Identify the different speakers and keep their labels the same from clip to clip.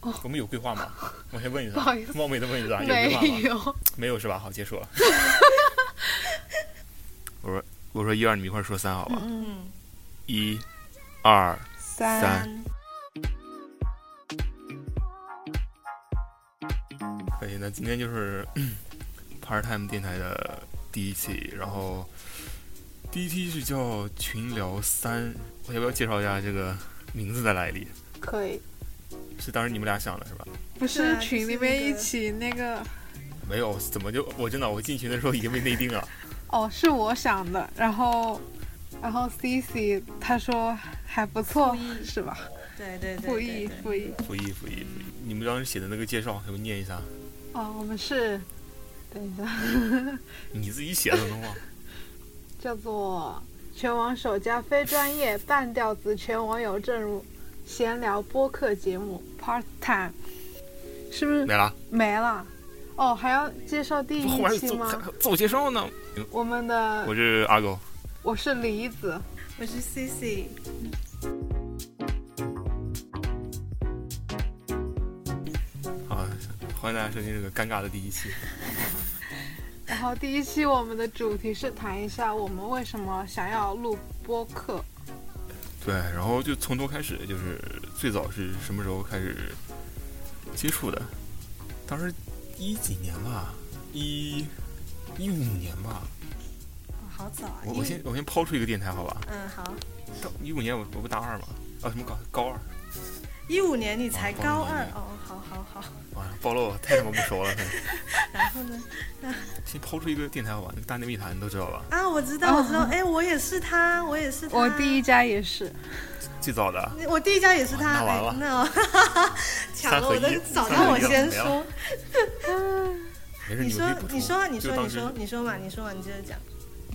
Speaker 1: 哦
Speaker 2: 我们有规划 吗？我先问一下，
Speaker 1: 不好意思
Speaker 2: 冒昧的问一啊下，有哦规划
Speaker 1: 没
Speaker 2: 吗？
Speaker 1: 有，
Speaker 2: 没有是吧？好，结束了。 我说我说一二，你们一块儿说三好吧？
Speaker 3: 嗯，
Speaker 2: 一、二，
Speaker 3: 三，
Speaker 2: 可以。那今天就是 Part Time 电台的第一期，然后第一期是叫群聊三，我要不要介绍一下这个名字的来历？
Speaker 1: 可以。
Speaker 2: 是当时你们俩想的是吧？
Speaker 1: 不
Speaker 3: 对
Speaker 1: 是
Speaker 3: 啊
Speaker 1: 群
Speaker 3: 就是
Speaker 1: 里
Speaker 3: 那
Speaker 1: 面一
Speaker 3: 个
Speaker 1: 起那个，
Speaker 2: 没有，怎么就我真的我进群的时候已经被内 定了。
Speaker 1: 哦，是我想的，然后，然后 C C 他说还不错
Speaker 3: 复，议
Speaker 1: 是吧？
Speaker 3: 对对对，
Speaker 1: 复议
Speaker 3: 对
Speaker 2: 复
Speaker 1: 复议，
Speaker 2: 议复议复议！你们当时写的那个介绍，给我念一下。
Speaker 1: 哦，我们是，等一下，
Speaker 2: 你自己写的能忘？
Speaker 1: 叫做全网首家非专业半吊子全网友正如闲聊播客节目 Part Time，是不 是
Speaker 2: 没了。
Speaker 1: 没了？哦，还要介绍第
Speaker 2: 不后面
Speaker 1: 一期
Speaker 2: 自我还
Speaker 1: 吗？
Speaker 2: 自我介绍呢。
Speaker 1: 我们的
Speaker 2: 我是阿狗，
Speaker 1: 我是梨子，
Speaker 3: 我是 C C，
Speaker 2: 啊，欢迎大家收听这个尴尬的第一期。
Speaker 1: 然后第一期我们的主题是谈一下我们为什么想要录播客。
Speaker 2: 对，然后就从头开始，就是最早是什么时候开始接触的？当时一几年吧，一一五年吧。
Speaker 3: 好早啊！
Speaker 2: 我
Speaker 3: 因
Speaker 2: 我
Speaker 3: 为
Speaker 2: 先我先抛出一个电台好吧？
Speaker 3: 嗯好，
Speaker 2: 一五年我我不大二嘛，啊什么高高二，
Speaker 3: 一五年你才
Speaker 2: 哦
Speaker 3: 高
Speaker 2: 高一
Speaker 3: 二
Speaker 2: 年
Speaker 3: 哦，好好好。
Speaker 2: 哇哎暴露我太他妈不熟了。真 的
Speaker 3: 然后呢？
Speaker 2: 先抛出一个电台好吧？那个大内密谈你都知道吧？
Speaker 3: 啊，我知道，我知道，哎，我也是他，我也是他。
Speaker 1: 我第一家也是，
Speaker 2: 最早的，
Speaker 3: 我第一家也是
Speaker 2: 哇
Speaker 3: 他，
Speaker 2: 哦那完了
Speaker 3: 哎那我 抢
Speaker 2: 三合
Speaker 3: 了我
Speaker 2: 一
Speaker 3: 的，早
Speaker 2: 三
Speaker 3: 让
Speaker 2: 合
Speaker 3: 我
Speaker 2: 一了
Speaker 3: 先
Speaker 2: 没啊了
Speaker 3: 说。
Speaker 2: 没事
Speaker 3: 你
Speaker 2: 们
Speaker 3: 说
Speaker 2: 可以补，充。
Speaker 3: 你说，啊你
Speaker 2: 就
Speaker 3: 说，
Speaker 2: 当
Speaker 3: 你
Speaker 2: 时
Speaker 3: 说，你说嘛，你说嘛，你接着讲。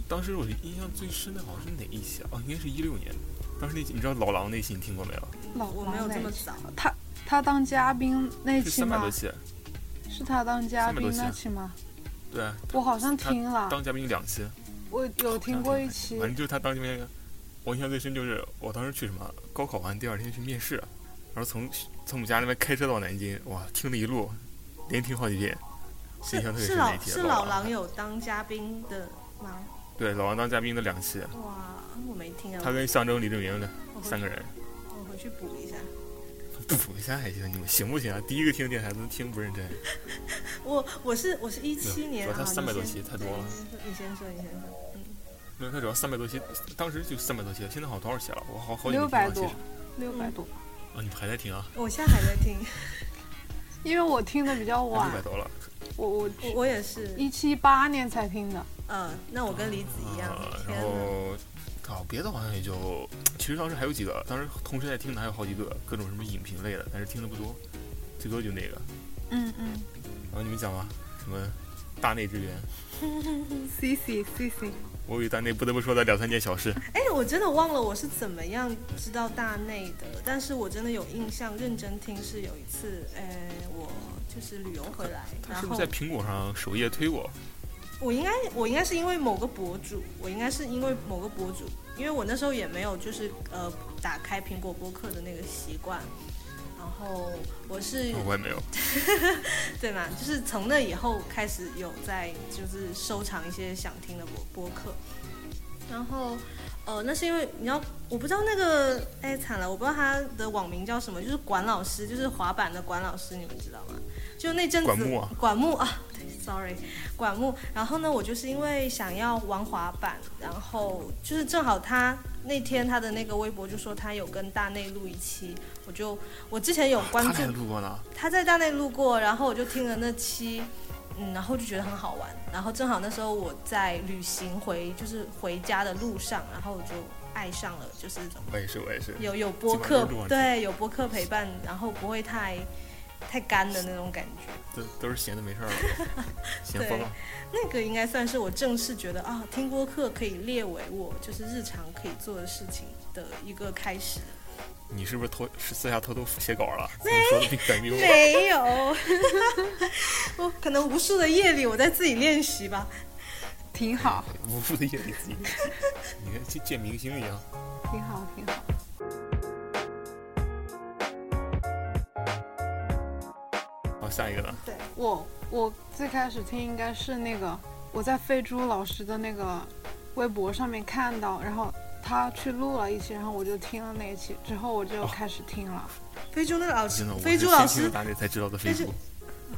Speaker 2: 当时我印象最深的好像是哪一期啊？哦，应该是一六年。当时那期你知道老狼那期你听过没有？
Speaker 1: 老
Speaker 3: 我没有这么
Speaker 1: 早。
Speaker 3: 早，
Speaker 1: 他他当嘉宾那
Speaker 2: 是
Speaker 1: 期
Speaker 2: 三百多
Speaker 1: 吗？
Speaker 2: 期，
Speaker 1: 是他当嘉
Speaker 2: 300多
Speaker 1: 宾
Speaker 2: 期啊
Speaker 1: 那期吗？
Speaker 2: 对啊，
Speaker 1: 我好像听了，
Speaker 2: 当嘉宾两期，
Speaker 1: 我有啊听过一期
Speaker 2: 反。正就是他当嘉宾。我印象最深就是我当时去什么高考完第二天去面试，然后从从我们家那边开车到南京，哇，听了一路，连听好几遍。印象特别
Speaker 3: 是是
Speaker 2: 深那
Speaker 3: 老
Speaker 2: 一期
Speaker 3: 是
Speaker 2: 老啊
Speaker 3: 老
Speaker 2: 狼
Speaker 3: 狼有当嘉宾的吗？
Speaker 2: 对，老王当嘉宾的两期，
Speaker 3: 哇，我没听啊，
Speaker 2: 他跟象征、李正元的
Speaker 1: 哦
Speaker 3: 我回
Speaker 2: 三个人。
Speaker 3: 我回去补一下。
Speaker 2: 不补一下还行，你们行不行啊？第一个听电台都听不认真，
Speaker 3: 我我是我是一七年
Speaker 2: 主要
Speaker 3: 啊，
Speaker 2: 他
Speaker 3: 你
Speaker 2: 300多
Speaker 3: 先
Speaker 2: 期太多了。
Speaker 3: 对你先说，你先说。嗯，
Speaker 2: 没有，他主要三百多期，当时就三百多期，现在好像多少期了？我好好久没
Speaker 1: 六
Speaker 2: 听
Speaker 1: 百
Speaker 2: 了。其
Speaker 1: 多
Speaker 2: 实，
Speaker 1: 六百多，
Speaker 2: 啊，你们还在听啊？
Speaker 3: 我现在还在听，
Speaker 1: 因为我听的比较
Speaker 2: 六
Speaker 1: 晚
Speaker 2: 百，多了。
Speaker 1: 我我
Speaker 3: 我我也是，
Speaker 1: 一七八年才听的。
Speaker 3: 嗯，那我跟李子一样
Speaker 2: 啊，然
Speaker 3: 天哪，
Speaker 2: 后，搞别的好像也就，其实当时还有几个，当时同时在听的还有好几个，各种什么影评类的，但是听的不多，最多就那个。
Speaker 1: 嗯嗯
Speaker 2: 然后你们讲吧，什么大内之源，
Speaker 1: ，C C C C，
Speaker 2: 我与大内不得不说的两三件小事。
Speaker 3: 哎，我真的忘了我是怎么样知道大内的，但是我真的有印象，认真听是有一次，哎，我就是旅游回来，
Speaker 2: 他
Speaker 3: 然
Speaker 2: 是不
Speaker 3: 后
Speaker 2: 是在苹果上首页推过？
Speaker 3: 我应该我应该是因为某个博主，我应该是因为某个博主，因为我那时候也没有就是呃打开苹果播客的那个习惯，然后我是
Speaker 2: 我也没有。
Speaker 3: 对嘛，就是从那以后开始有在就是收藏一些想听的播播客，然后呃，那是因为你要我不知道那个哎惨了，我不知道他的网名叫什么，就是管老师，就是滑板的管老师，你们知道吗？就那阵子
Speaker 2: 管木啊，
Speaker 3: 管木啊，对，sorry，管木。然后呢，我就是因为想要玩滑板，然后就是正好他那天他的那个微博就说他有跟大内录一期，我就我之前有关
Speaker 2: 他
Speaker 3: 注
Speaker 2: 还录过呢。
Speaker 3: 他在大内路过，然后我就听了那期，嗯，然后就觉得很好玩。然后正好那时候我在旅行回，就是回家的路上，然后我就爱上了，就是这种
Speaker 2: 我也是，我也是。
Speaker 3: 有有播
Speaker 2: 基本
Speaker 3: 客
Speaker 2: 上都是录，完
Speaker 3: 对，有播客陪伴，然后不会太太干的那种感觉。
Speaker 2: 都都是闲的没事儿了， 闲疯了。
Speaker 3: 那个应该算是我正式觉得啊，听播客可以列为我就是日常可以做的事情的一个开始。
Speaker 2: 你是不是偷是私下偷偷写稿了？怎么说的比感觉我
Speaker 3: 没有， 我可能无数的夜里我在自己练习吧。
Speaker 1: 挺好，
Speaker 2: 无数的夜里自己，你看见见明星一样。
Speaker 1: 挺好，挺好。
Speaker 2: 下一个呢？
Speaker 3: 对，
Speaker 1: 我我最开始听应该是那个我在飞猪老师的那个微博上面看到，然后他去录了一期，然后我就听了那一期，之后我就
Speaker 2: 哦
Speaker 1: 开始听了。
Speaker 3: 非洲那个老师
Speaker 2: 真的，，我
Speaker 3: 非
Speaker 2: 是
Speaker 3: 洲老
Speaker 2: 先听
Speaker 3: 师
Speaker 2: 了打脸才知道的飞猪
Speaker 3: 非洲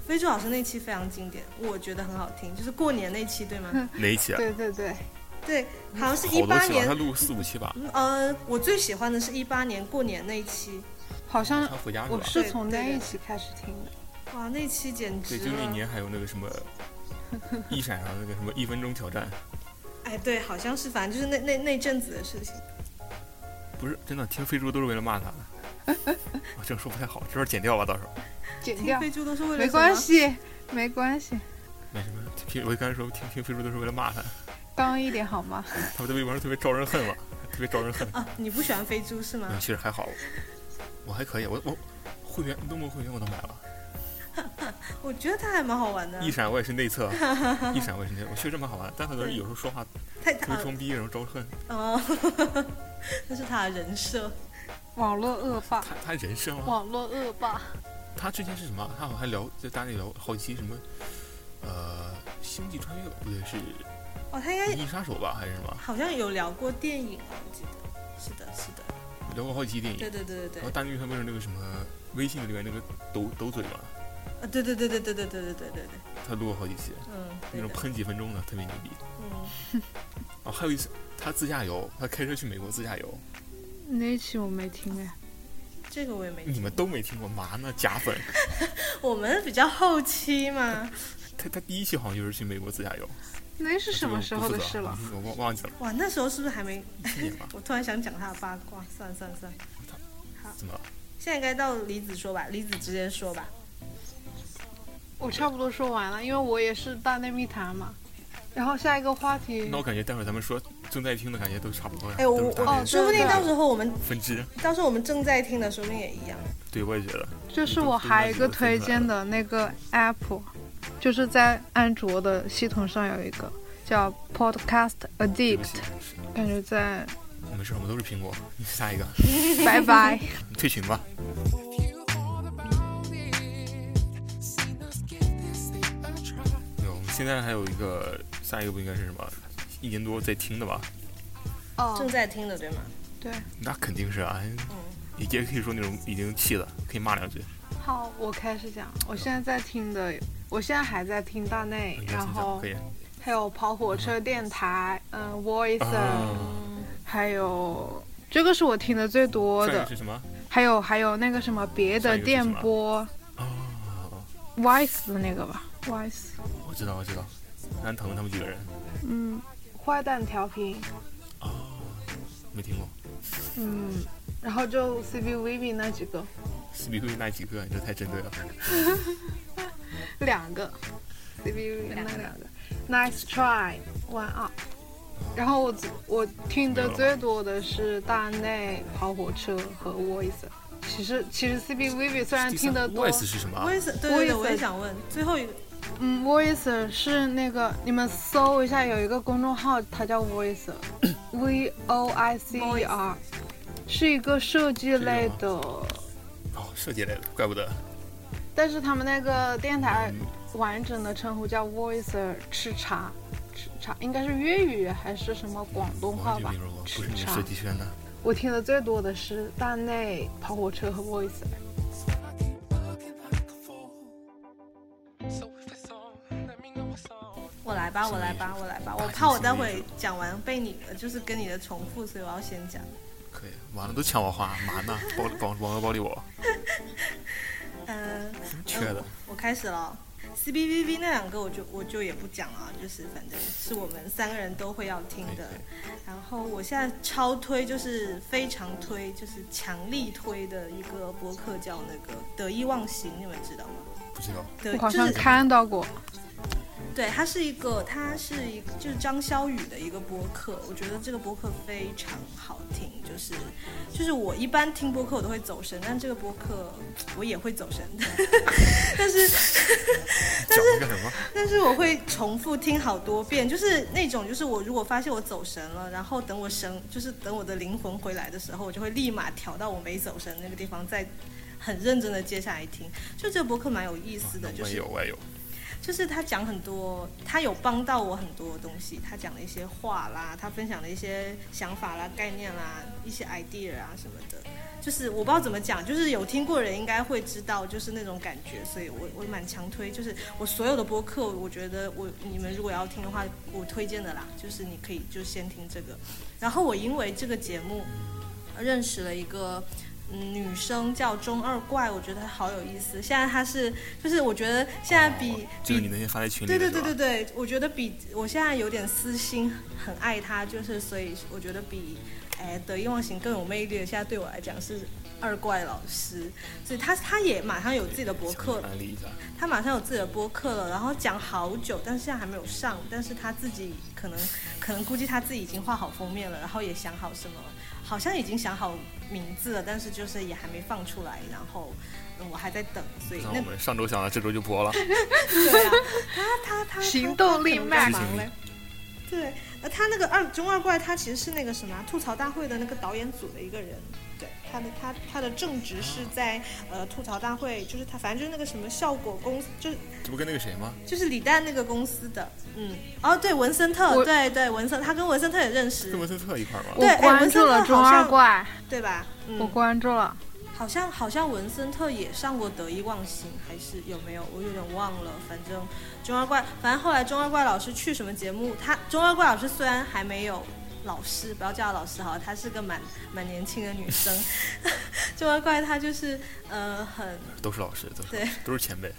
Speaker 3: 非洲老师那期非常经典，我觉得很好听，就是过年那期对
Speaker 1: 嗯
Speaker 3: 吗？
Speaker 2: 哪一期啊？
Speaker 1: 对对对，
Speaker 3: 对，好像是一
Speaker 2: 嗯好多
Speaker 3: 八
Speaker 2: 期吧，
Speaker 3: 年
Speaker 2: 他，录四五期吧。
Speaker 3: 嗯呃，我最喜欢的是一八年过年那一期，
Speaker 1: 好像
Speaker 2: 他回家是
Speaker 1: 我
Speaker 2: 吧？
Speaker 1: 是
Speaker 3: 对
Speaker 1: 从
Speaker 3: 对
Speaker 1: 那
Speaker 3: 对
Speaker 1: 一期开始听的。
Speaker 3: 哇，那期简直
Speaker 2: 对，
Speaker 3: 了！
Speaker 2: 就那年还有那个什 么一闪啊上那个什么一分钟挑战，
Speaker 3: 哎，对，好像是，反正就是那那那阵子的事情。
Speaker 2: 不是真的听飞猪都是为了骂他的。 我这样说不太好，这段剪掉吧，到时候。
Speaker 1: 剪
Speaker 3: 听
Speaker 1: 掉，
Speaker 3: 飞猪都是为了
Speaker 1: 啊没
Speaker 3: 什么
Speaker 1: 关，系，没关系，
Speaker 2: 没什么，听我刚才说听听飞猪都是为了骂他，
Speaker 1: 刚一点好吗？
Speaker 2: 他们在微博上特别招人恨了，特别招人恨。
Speaker 3: 啊，你不喜欢飞猪是吗
Speaker 2: 嗯，？其实还好，我还可以，我我会员东盟会员我都买了，
Speaker 3: 我觉得他还蛮好玩的。啊
Speaker 2: 一闪我也是内 测，一闪我也是内测，我确实蛮好玩，但他有时候说话
Speaker 3: 太
Speaker 2: 特别
Speaker 3: 他
Speaker 2: 装逼，然后招恨。
Speaker 3: 哦， 那是他的人设。
Speaker 1: 网络恶霸，
Speaker 2: 他他人生啊，
Speaker 1: 网络恶霸，
Speaker 2: 他之前是什么？他好像还聊在大内聊好几期什么，呃，星际穿越不对是
Speaker 3: 哦，他应
Speaker 1: 哎
Speaker 3: 该
Speaker 2: 银翼杀手吧还是什么？
Speaker 3: 好像有聊过电影啊，我记得。是的，是的，
Speaker 2: 聊过好几期电
Speaker 3: 对
Speaker 2: 影。
Speaker 3: 对对对
Speaker 2: 然后
Speaker 3: 对，
Speaker 2: 大内他不是那个什么微信里面那个抖抖嘴嘛，
Speaker 3: 啊，对对对对对对对对对对对，
Speaker 2: 他录过好几期，
Speaker 3: 嗯，
Speaker 2: 那
Speaker 3: 对
Speaker 2: 种
Speaker 3: 的，
Speaker 2: 喷几分钟的特别牛逼。
Speaker 3: 嗯，
Speaker 2: 哦，还有一次他自驾游，他开车去美国自驾游，
Speaker 1: 那一期我没听哎，
Speaker 3: 这个我也没
Speaker 1: 嗯
Speaker 2: 你
Speaker 3: 听。
Speaker 2: 们都没听过嘛呢？假粉，
Speaker 3: 我们比较后期嘛，
Speaker 2: 他他第一期好像就是去美国自驾游，
Speaker 1: 那是什么时候的
Speaker 2: 不负责
Speaker 1: 事了？？
Speaker 2: 我忘忘记了，
Speaker 3: 哇，那时候是不是还没？
Speaker 2: 去年吧？
Speaker 3: 我突然想讲他的八卦，算了算了算了，
Speaker 2: 怎 么了？
Speaker 3: 现在该到李子说吧，李子直接说吧。
Speaker 1: 我差不多说完了，因为我也是大内密谈嘛。然后下一个话题
Speaker 2: 那，我感觉待会儿咱们说正在听的感觉都差不多呀。
Speaker 3: 哎，我
Speaker 2: 都
Speaker 3: 我
Speaker 2: 是大
Speaker 1: 哦
Speaker 2: 内
Speaker 3: 说不定到时候我们
Speaker 2: 分支，
Speaker 3: 到时候我们正在听的，说不定也一样。
Speaker 2: 对我也觉得。
Speaker 1: 就是我还有一个推荐的那个 app，就是在安卓的系统上有一个叫 Podcast
Speaker 2: 对不
Speaker 1: Addict，
Speaker 2: 起，
Speaker 1: 感觉在
Speaker 2: 没事，我们都是苹果。下一个，
Speaker 1: 拜拜。
Speaker 2: 退群吧。有，我们现在还有一个，下一个不应该是什么？一年多在听的吧？
Speaker 3: 正
Speaker 1: 哦，
Speaker 3: 在听的，对吗？
Speaker 1: 对，
Speaker 2: 那肯定是啊，
Speaker 3: 嗯，
Speaker 2: 也也可以说那种已经气了，可以骂两句。
Speaker 1: 好，我开始讲。我现在在听的，我现在还在听大内
Speaker 2: 你，先
Speaker 1: 然
Speaker 2: 讲
Speaker 1: 后
Speaker 2: 可以。
Speaker 1: 还有跑火车电台，嗯，Voice，、
Speaker 2: 啊，
Speaker 1: 还有这个是我听的最多
Speaker 2: 上一个
Speaker 1: 的，
Speaker 2: 是什么？
Speaker 1: 还有还有那个什么别
Speaker 2: 上
Speaker 1: 的
Speaker 2: 一个是什
Speaker 1: 电
Speaker 2: 么
Speaker 1: 波
Speaker 2: 哦，
Speaker 1: ，Vice 的那个吧，Vice，
Speaker 2: 我知道，我知道，南腾他们几个人。
Speaker 1: 嗯，坏蛋调频，
Speaker 2: 哦，没听过。
Speaker 1: 嗯，然后就 CBVB 那几个，
Speaker 2: 四比会那几个，你这太针对了。
Speaker 1: 两个，CBVB 那两个，Nice try，one up。然后我最我听的最多的是大内跑火车和 Voice，其实其实 CBVB 虽然
Speaker 2: 第
Speaker 1: 啊听
Speaker 2: 三
Speaker 1: 得
Speaker 2: 个
Speaker 1: 多，
Speaker 2: voice 是什么
Speaker 3: 我
Speaker 2: 啊？
Speaker 3: 也是，对
Speaker 1: 我
Speaker 3: 对
Speaker 1: 也
Speaker 3: 对，
Speaker 1: 是
Speaker 3: 我也想问最后一个，
Speaker 1: 嗯，Voice 是那个你们搜一下，有一个公众号，它叫
Speaker 2: 嗯
Speaker 1: Voice，V O I C E R，是一个设计类的，
Speaker 2: 哦，设计类的，怪不得。
Speaker 1: 但是他们那个电台完整的称呼叫 Voice 吃茶，吃茶应该是粤语还是什么广东话
Speaker 2: 完全
Speaker 1: 吧
Speaker 2: 没说过，？不
Speaker 1: 吃
Speaker 2: 是你们
Speaker 1: 茶
Speaker 2: 设。计圈的。
Speaker 1: 我听的最多的是大内跑火车和 Voice。
Speaker 3: 我来吧，
Speaker 2: 什么
Speaker 3: 我来
Speaker 2: 意
Speaker 3: 吧，我来吧，我
Speaker 2: 啊
Speaker 3: 怕我
Speaker 2: 你什
Speaker 3: 待
Speaker 2: 么
Speaker 3: 会
Speaker 2: 意
Speaker 3: 讲完被你的就是跟你的重复，所以我要先讲。
Speaker 2: 可以，完了都抢我话，嘛 呢？暴网网络暴力我，
Speaker 3: 嗯、
Speaker 2: 缺的。
Speaker 3: 我开始了哦。CBVV 那两个我就我就也不讲了啊，就是反正是我们三个人都会要听的
Speaker 2: 可以。
Speaker 3: 然后我现在超推，就是非常推，就是强力推的一个播客叫那个得意忘形，你们知道吗？
Speaker 2: 不知道，
Speaker 3: 得
Speaker 1: 我好
Speaker 3: 就
Speaker 1: 像
Speaker 3: 是
Speaker 1: 看到过，
Speaker 3: 对，它是一个，它是一个就是张潇雨的一个播客，我觉得这个播客非常好听，就是就是我一般听播客我都会走神，但这个播客我也会走神， 但是
Speaker 2: 讲了干什么？
Speaker 3: 但是我会重复听好多遍，就是那种，就是我如果发现我走神了，然后等我神，就是等我的灵魂回来的时候，我就会立马调到我没走神那个地方，再很认真的接下来听。就这个播客蛮有意思的，就
Speaker 2: 嗯我也
Speaker 3: 是
Speaker 2: 哦有，我也有。
Speaker 3: 就是他讲很多，他有帮到我很多东西，他讲的一些话啦，他分享的一些想法啦、概念啦、一些 idea 啊什么的，就是我不知道怎么讲，就是有听过的人应该会知道，就是那种感觉，所以我我蛮强推，就是我所有的播客，我觉得我你们如果要听的话，我推荐的啦，就是你可以就先听这个，然后我因为这个节目呃认识了一个。嗯，女生叫中二怪，我觉得她好有意思。现在她是，就是我觉得现在比、
Speaker 2: 哦就
Speaker 3: 比
Speaker 2: 是你那天发在群里
Speaker 3: 对
Speaker 2: 的
Speaker 3: 对
Speaker 2: 是吧，
Speaker 3: 对对对，我觉得比我现在有点私心，很爱他，就是所以我觉得比哎得意忘形更有魅力的，现在对我来讲是二怪老师，所以他他也马上有自己的博客了，
Speaker 2: 安利一下。
Speaker 3: 他马上有自己的播客了，然后讲好久，但是现在还没有上，但是他自己可能可能估计他自己已经画好封面了，然后也想好什么，好像已经想好名字了，但是就是也还没放出来，然后嗯我还在等，所以
Speaker 2: 那
Speaker 3: 那
Speaker 2: 我们上周想了，这周就播 了。
Speaker 3: 对啊，他他他
Speaker 1: 行动力
Speaker 3: 慢
Speaker 1: 麦
Speaker 3: 嘛。
Speaker 1: 芒嘞，
Speaker 3: 对，呃，他那个二中二怪，他其实是那个什么啊吐槽大会的那个导演组的一个人。对，他的他他的正职是在呃吐槽大会，就是他反正就是那个什么效果公司，就是
Speaker 2: 这不跟那个谁吗？
Speaker 3: 就是李诞那个公司的，嗯，哦对，文森特，
Speaker 1: 我
Speaker 3: 对对，文森，他跟文森特也认识
Speaker 2: 跟，文森特一块儿吗？
Speaker 1: 我
Speaker 3: 对哎
Speaker 1: 关
Speaker 3: 文
Speaker 1: 注
Speaker 3: 森
Speaker 1: 了
Speaker 3: 特
Speaker 1: 中
Speaker 3: 好
Speaker 1: 二
Speaker 3: 像
Speaker 1: 怪，
Speaker 3: 对吧？嗯，
Speaker 1: 我关注了。
Speaker 3: 好像好像文森特也上过《得意忘形》，还是有没有？我有点忘了。反正中二怪，反正后来中二怪老师去什么节目？他中二怪老师虽然还没有老师，不要叫她老师好了，她是个蛮蛮年轻的女生。 中二怪她就是呃很
Speaker 2: 都是老师，都是
Speaker 3: 对
Speaker 2: 老师都是前辈。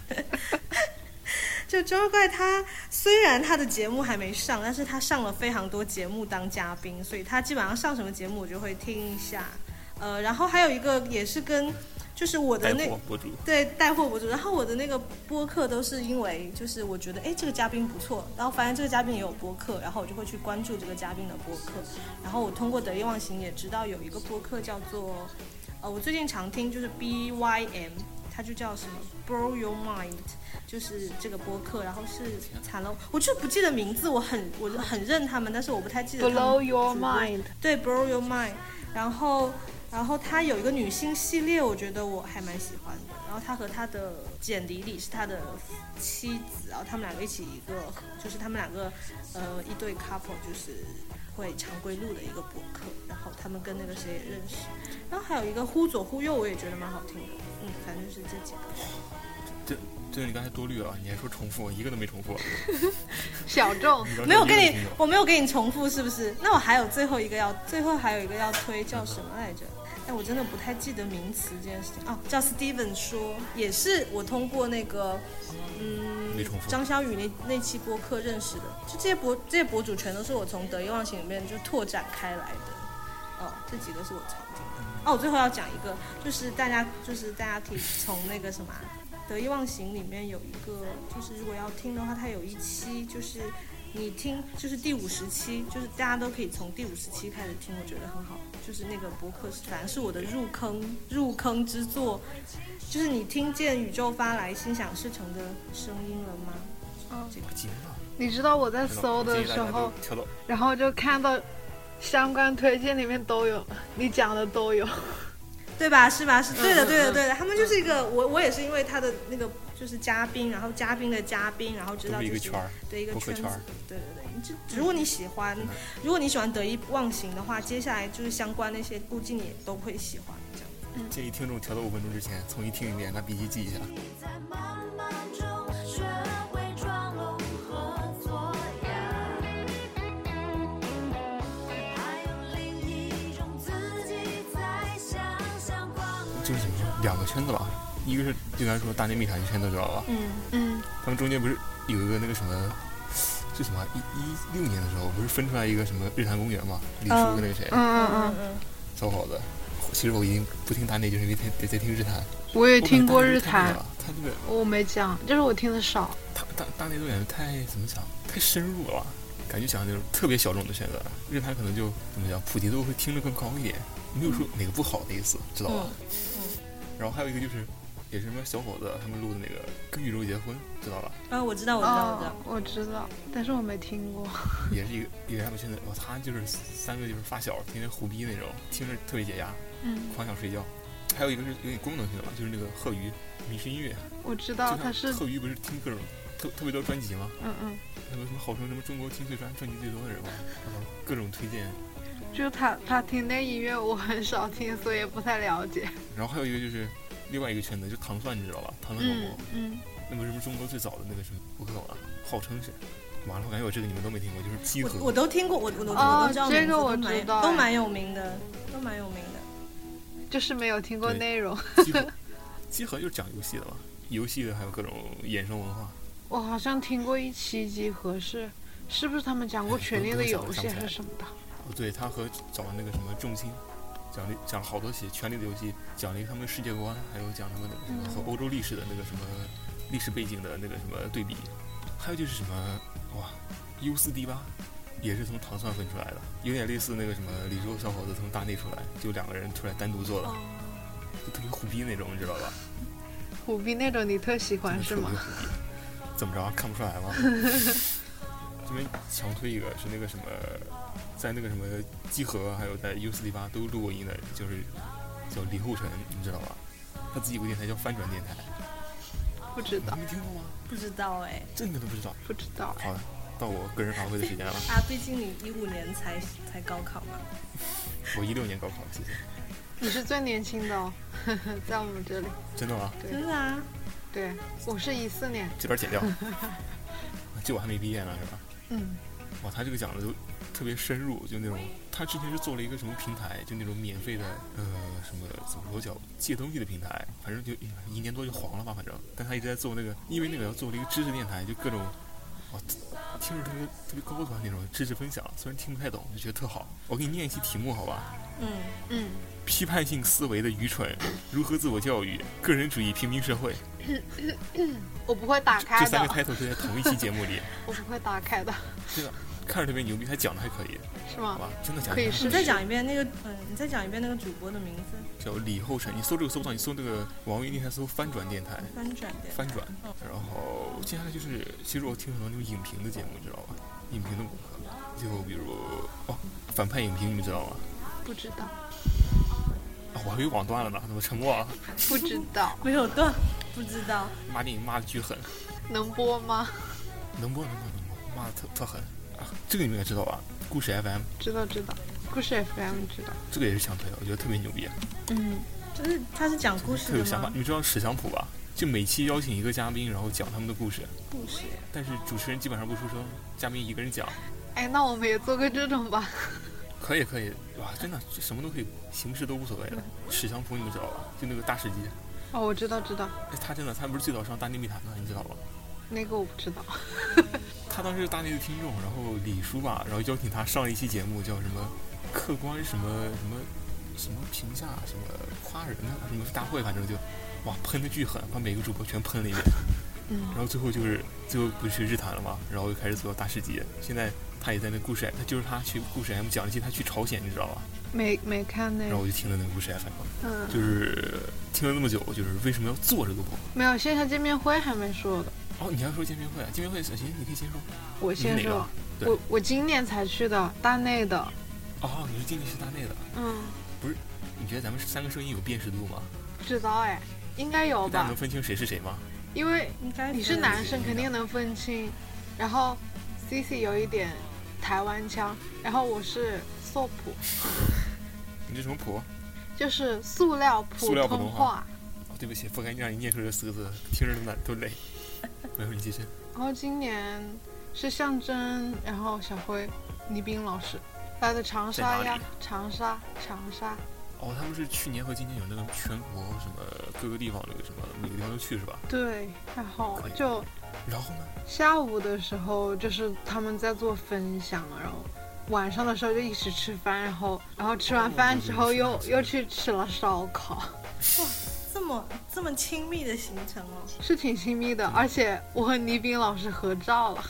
Speaker 3: 就周二怪他虽然他的节目还没上，但是他上了非常多节目当嘉宾，所以他基本上上什么节目我就会听一下。呃，然后还有一个也是跟，就是我的
Speaker 2: 带
Speaker 3: 那
Speaker 2: 货博主，
Speaker 3: 对带货博主，然后我的那个播客都是因为就是我觉得哎这个嘉宾不错，然后发现这个嘉宾也有播客，然后我就会去关注这个嘉宾的播客，然后我通过得意忘形也知道有一个播客叫做，呃我最近常听就是 B Y M，它就叫什么 Blow Your Mind，就是这个播客，然后是惨了，我就不记得名字，我很我很认他们，但是我不太记得他们
Speaker 1: Blow your
Speaker 3: 主播
Speaker 1: mind，
Speaker 3: 对，Blow Your 嗯 Mind，然后然后他有一个女性系列，我觉得我还蛮喜欢的。然后他和他的简迪里是他的妻子，然后他们两个一起一个，就是他们两个呃一对 couple，就是会常规录的一个博客。然后他们跟那个谁也认识，然后还有一个忽左忽右，我也觉得蛮好听的。嗯，反正就是这几个。
Speaker 2: 对你刚才多虑了，你还说重复，我一个都没重复。
Speaker 1: 小众
Speaker 2: 你知道
Speaker 3: 没有
Speaker 2: 这
Speaker 3: 跟
Speaker 2: 一个
Speaker 3: 你
Speaker 2: 都没有，
Speaker 3: 我没有跟你重复，是不是？那我还有最后一个要，最后还有一个要推叫什么来着？哎，我真的不太记得名词这件事情哦，叫 Steven 说，也是我通过那个，嗯
Speaker 2: 没重，复
Speaker 3: 张小雨那那期播客认识的，就这些博这些博主全都是我从得意忘形里面就拓展开来的，哦，这几个是我常听的。哦，我最后要讲一个，就是大家就是大家可以从那个什么啊《得意忘形》里面有一个，就是如果要听的话，它有一期就是你听，就是第五十期，就是大家都可以从第五十期开始听，我觉得很好。就是那个博客是，反正是我的入坑入坑之作，就是你听见宇宙发来心想事成的声音了吗？
Speaker 2: 我惊了。
Speaker 1: 你知道我在
Speaker 2: 真的
Speaker 1: 搜
Speaker 2: 我
Speaker 1: 的
Speaker 2: 建议大
Speaker 1: 时
Speaker 2: 家
Speaker 1: 候
Speaker 2: 都，跳到
Speaker 1: 然后就看到相关推荐里面都有，你讲的都有。
Speaker 3: 对吧？是吧？是对的，
Speaker 1: 嗯
Speaker 3: 对的，
Speaker 1: 嗯
Speaker 3: 对的。他们就是一个，我我也是因为他的那个就是嘉宾，然后嘉宾的嘉宾，然后知道
Speaker 2: 都是一
Speaker 3: 这
Speaker 2: 个
Speaker 3: 些
Speaker 2: 圈儿
Speaker 3: 对一个
Speaker 2: 播客
Speaker 3: 圈子
Speaker 2: 圈儿，
Speaker 3: 对对对。你就如果你喜欢，如果你喜欢得意忘形的话，接下来就是相关那些，估计你也都会喜欢。这样
Speaker 2: 建议听众调到五分钟之前，重新听一遍，拿笔记记一下。
Speaker 4: 在漫漫中学会装聋和作哑，还有另一种自己在想象光
Speaker 2: 就是怎么说，两个圈子吧，一个是就咱说大内密谈圈子，知道吧？
Speaker 3: 嗯，
Speaker 1: 嗯，
Speaker 2: 他们中间不是有一个那个什么，是什么？啊一一六年的时候，不是分出来一个什么日坛公园嘛？李叔跟那个谁，
Speaker 1: 嗯
Speaker 3: 嗯
Speaker 1: 嗯
Speaker 3: 嗯，
Speaker 2: 小伙子。其实我已经不听大内，就是因为在在在听日坛。
Speaker 1: 嗯，我也
Speaker 2: 我
Speaker 1: 听过
Speaker 2: 感觉
Speaker 1: 日
Speaker 2: 大内
Speaker 1: 坛
Speaker 2: 太厉害，了，他这个
Speaker 1: 我没讲，就是我听的少。
Speaker 2: 他大大内都感觉太怎么讲，太深入了，感觉讲的就是特别小众的圈子。日坛可能就怎么讲，普及度会听着更高一点，没有说哪个不好的意思，知道吧？嗯然后还有一个就是，也是什么小伙子他们录的那个《跟宇宙结婚》，知道吧？
Speaker 3: 啊，我知道，我知道，我知
Speaker 1: 哦
Speaker 3: 道。，
Speaker 1: 我知道，但是我没听过。
Speaker 2: 也是一个一个 M 圈子，哇，他就是三个就是发小，天天胡逼那种，听着特别解压，
Speaker 1: 嗯，
Speaker 2: 狂想睡觉。还有一个是有点功能性的吧，就是那个贺鱼迷失音乐，
Speaker 1: 我知道
Speaker 2: 就
Speaker 1: 它是
Speaker 2: 像贺啊鱼不是听各种特特别多专辑吗？
Speaker 1: 嗯嗯，
Speaker 2: 那个什么号称什么中国听碎专专辑最多的人嘛，然后各种推荐，
Speaker 1: 就他他听那音乐我很少听，所以不太了解。
Speaker 2: 然后还有一个就是另外一个圈子，就糖蒜你知道吧？糖蒜广播
Speaker 1: 嗯，嗯，
Speaker 2: 那个什么中国最早的那个什么播客嘛，啊号称是，完了我感觉我这个你们都没听过，就是集
Speaker 3: 我我
Speaker 2: 合，
Speaker 3: 都听过，我我都
Speaker 1: 哦
Speaker 3: 我都知道
Speaker 1: 这
Speaker 3: 名字
Speaker 1: 个
Speaker 3: 都
Speaker 1: 我
Speaker 3: 蛮
Speaker 1: 知道
Speaker 3: 都
Speaker 1: 哎
Speaker 3: 蛮有名的，都蛮有名的。
Speaker 1: 就是没有听过
Speaker 2: 对
Speaker 1: 内容。
Speaker 2: 集合，集合就是讲游戏的嘛，游戏的还有各种衍生文化，
Speaker 1: 我好像听过一期集合是，是不是他们讲过
Speaker 2: 哎
Speaker 1: 《权力的游
Speaker 2: 不
Speaker 1: 戏
Speaker 2: 能》讲
Speaker 1: 还
Speaker 2: 不
Speaker 1: 是
Speaker 2: 想
Speaker 1: 什么的？
Speaker 2: 哦对他和找那个什么重心。讲了讲了好多期《权力的游戏》，讲了一个他们的世界观，还有讲他们的什么和欧洲历史的那个什么历史背景的那个什么对比，还有就是什么哇，U 四 D 八也是从糖蒜分出来的，有点类似那个什么李州小伙子从大内出来，就两个人出来单独做的，就特别虎逼那种，你知道吧？
Speaker 1: 虎逼那种你特喜
Speaker 2: 真
Speaker 1: 欢
Speaker 2: 的
Speaker 1: 是
Speaker 2: 特别
Speaker 1: 吗
Speaker 2: 虎？逼。 怎么着，看不出来吗？这边强推一个是那个什么，在那个什么集合，还有在 U 四 D 八都录过音的，就是叫李厚辰，你知道吧？他自己有个电台叫翻转电台，
Speaker 1: 不知
Speaker 2: 你
Speaker 1: 道，
Speaker 2: 没听过吗？
Speaker 3: 不知道哎、
Speaker 2: 真的都不知道。
Speaker 1: 不知道。
Speaker 2: 好了，到我个人发挥的时间了。
Speaker 3: 啊，毕竟你一五年才才高考嘛，
Speaker 2: 我一六年高考，谢谢。
Speaker 1: 你是最年轻的哦， 在我们这里。
Speaker 2: 真的吗？
Speaker 1: 对
Speaker 3: 真的啊，
Speaker 1: 对，我是一四年。
Speaker 2: 这边剪掉。就我还没毕业呢，是吧？
Speaker 1: 嗯，
Speaker 2: 哇，他这个讲的就特别深入，就那种他之前是做了一个什么平台，就那种免费的呃什么怎么说叫借东西的平台，反正就一一年多就黄了吧，反正。但他一直在做那个，因为那个要做了一个知识电台，就各种哇听着特别特别高端那种知识分享，虽然听不太懂，就觉得特好。我给你念一期题目好吧？
Speaker 3: 嗯，
Speaker 1: 嗯，
Speaker 2: 批判性思维的愚蠢，如何自我教育，个人主义平民社会，
Speaker 1: 我不会打
Speaker 2: 这
Speaker 1: 开
Speaker 2: 三个
Speaker 1: 的，
Speaker 2: title 是在同一期节目里，
Speaker 1: 我不会打开的，
Speaker 2: 真的看着特别牛逼，还讲的还可以，
Speaker 1: 是
Speaker 2: 哇
Speaker 1: 吗？，
Speaker 2: 真的假的？
Speaker 1: 可以试
Speaker 3: 你再讲一遍那个，嗯，你再讲一遍那个主播的名字，
Speaker 2: 叫李厚辰，你搜这个搜不到，你搜那个网易电台搜翻转电台，
Speaker 3: 翻转的，
Speaker 2: 翻转
Speaker 3: 嗯。
Speaker 2: 然后接下来就是，其实我听很多那种影评的节目，你知道吧？影评的博客，就比如哦，反派影评，你们知道吗？
Speaker 1: 不知道，
Speaker 2: 啊，我还以为网断了呢，怎么沉默了？
Speaker 1: 不知道，
Speaker 3: 没有断， 不知道，
Speaker 2: 骂电影骂的巨狠，
Speaker 1: 能播吗？
Speaker 2: 能播能播能播，骂的特特狠啊！这个你们应该知道吧？故事 FM
Speaker 1: 知道知道，故事 FM 知道。
Speaker 2: 这个也是强推的，我觉得特别牛逼，
Speaker 1: 嗯，
Speaker 3: 就是他是讲故
Speaker 2: 特有
Speaker 3: 事的
Speaker 2: 想法
Speaker 3: 吗。？
Speaker 2: 你们知道史相普吧？就每期邀请一个嘉宾，然后讲他们的故事，
Speaker 3: 故事，
Speaker 2: 但是主持人基本上不出声，嘉宾一个人讲。
Speaker 1: 哎，那我们也做个这种吧。
Speaker 2: 可以可以，哇，真的这什么都可以，形式都无所谓的。史相普你们知道吧？就那个大史记，
Speaker 1: 哦，我知道知道，
Speaker 2: 哎，他真的他不是最早上大内密谈的，你知道吧？
Speaker 1: 那个我不知道。
Speaker 2: 他当时是大内的听众，然后李叔吧，然后邀请他上了一期节目，叫什么客观什么什么什么评价什么夸人的什么大会，反正就哇喷的巨狠，把每个主播全喷了一遍。
Speaker 1: 嗯
Speaker 2: 然，后最后就是最后不是去日坛了吗？然后又开始做大师级，现在他也在那故事，他就是他去故事 M 讲了一期他去朝鲜，你知道吧？
Speaker 1: 没没看那
Speaker 2: 然后
Speaker 1: 个。
Speaker 2: 我就听了那个故事 F M。
Speaker 1: 嗯，
Speaker 2: 就是听了那么久，就是为什么要做这个播？
Speaker 1: 没有线下见面会还没说的，
Speaker 2: 哦，你要说见面会啊？见面会，行，你可以先说。
Speaker 1: 我
Speaker 2: 你是
Speaker 1: 先
Speaker 2: 哪个
Speaker 1: 说
Speaker 2: 啊？。对
Speaker 1: 我我今年才去的，大内的。
Speaker 2: 哦，你是经济师大内的。
Speaker 1: 嗯，
Speaker 2: 你觉得咱们三个声音有辨识度吗？
Speaker 1: 不知道哎，应该有
Speaker 2: 大家
Speaker 1: 吧
Speaker 2: 能？分清谁是谁吗？
Speaker 1: 因为
Speaker 3: 应该
Speaker 1: 你是
Speaker 3: 可以
Speaker 1: 男生，肯定能分清。然后 C C 有一点台湾腔，然后我是素普，
Speaker 2: 你这什么谱？哦，
Speaker 1: 就是塑料普
Speaker 2: 塑料普
Speaker 1: 通
Speaker 2: 通话。哦对不起，不该让你念出这四个字，听着都难都 累。没有，你继续。
Speaker 1: 然后今年是象征，然后小辉、倪斌老师来的长沙
Speaker 2: 在哪
Speaker 1: 呀
Speaker 2: 里，
Speaker 1: 长沙，长沙。
Speaker 2: 哦，他们是去年和今年有那个全国什么各个地方那个什么每个地方都去是吧？
Speaker 1: 对，然后
Speaker 2: 可以
Speaker 1: 就
Speaker 2: 然后呢？
Speaker 1: 下午的时候，就是他们在做分享，然后晚上的时候就一起吃饭，然后然后吃完饭之后又、
Speaker 2: 哦
Speaker 1: 又去吃了烧烤，
Speaker 3: 这么这么亲密的行程哦，
Speaker 1: 是挺亲密的。而且我和倪斌老师合照了，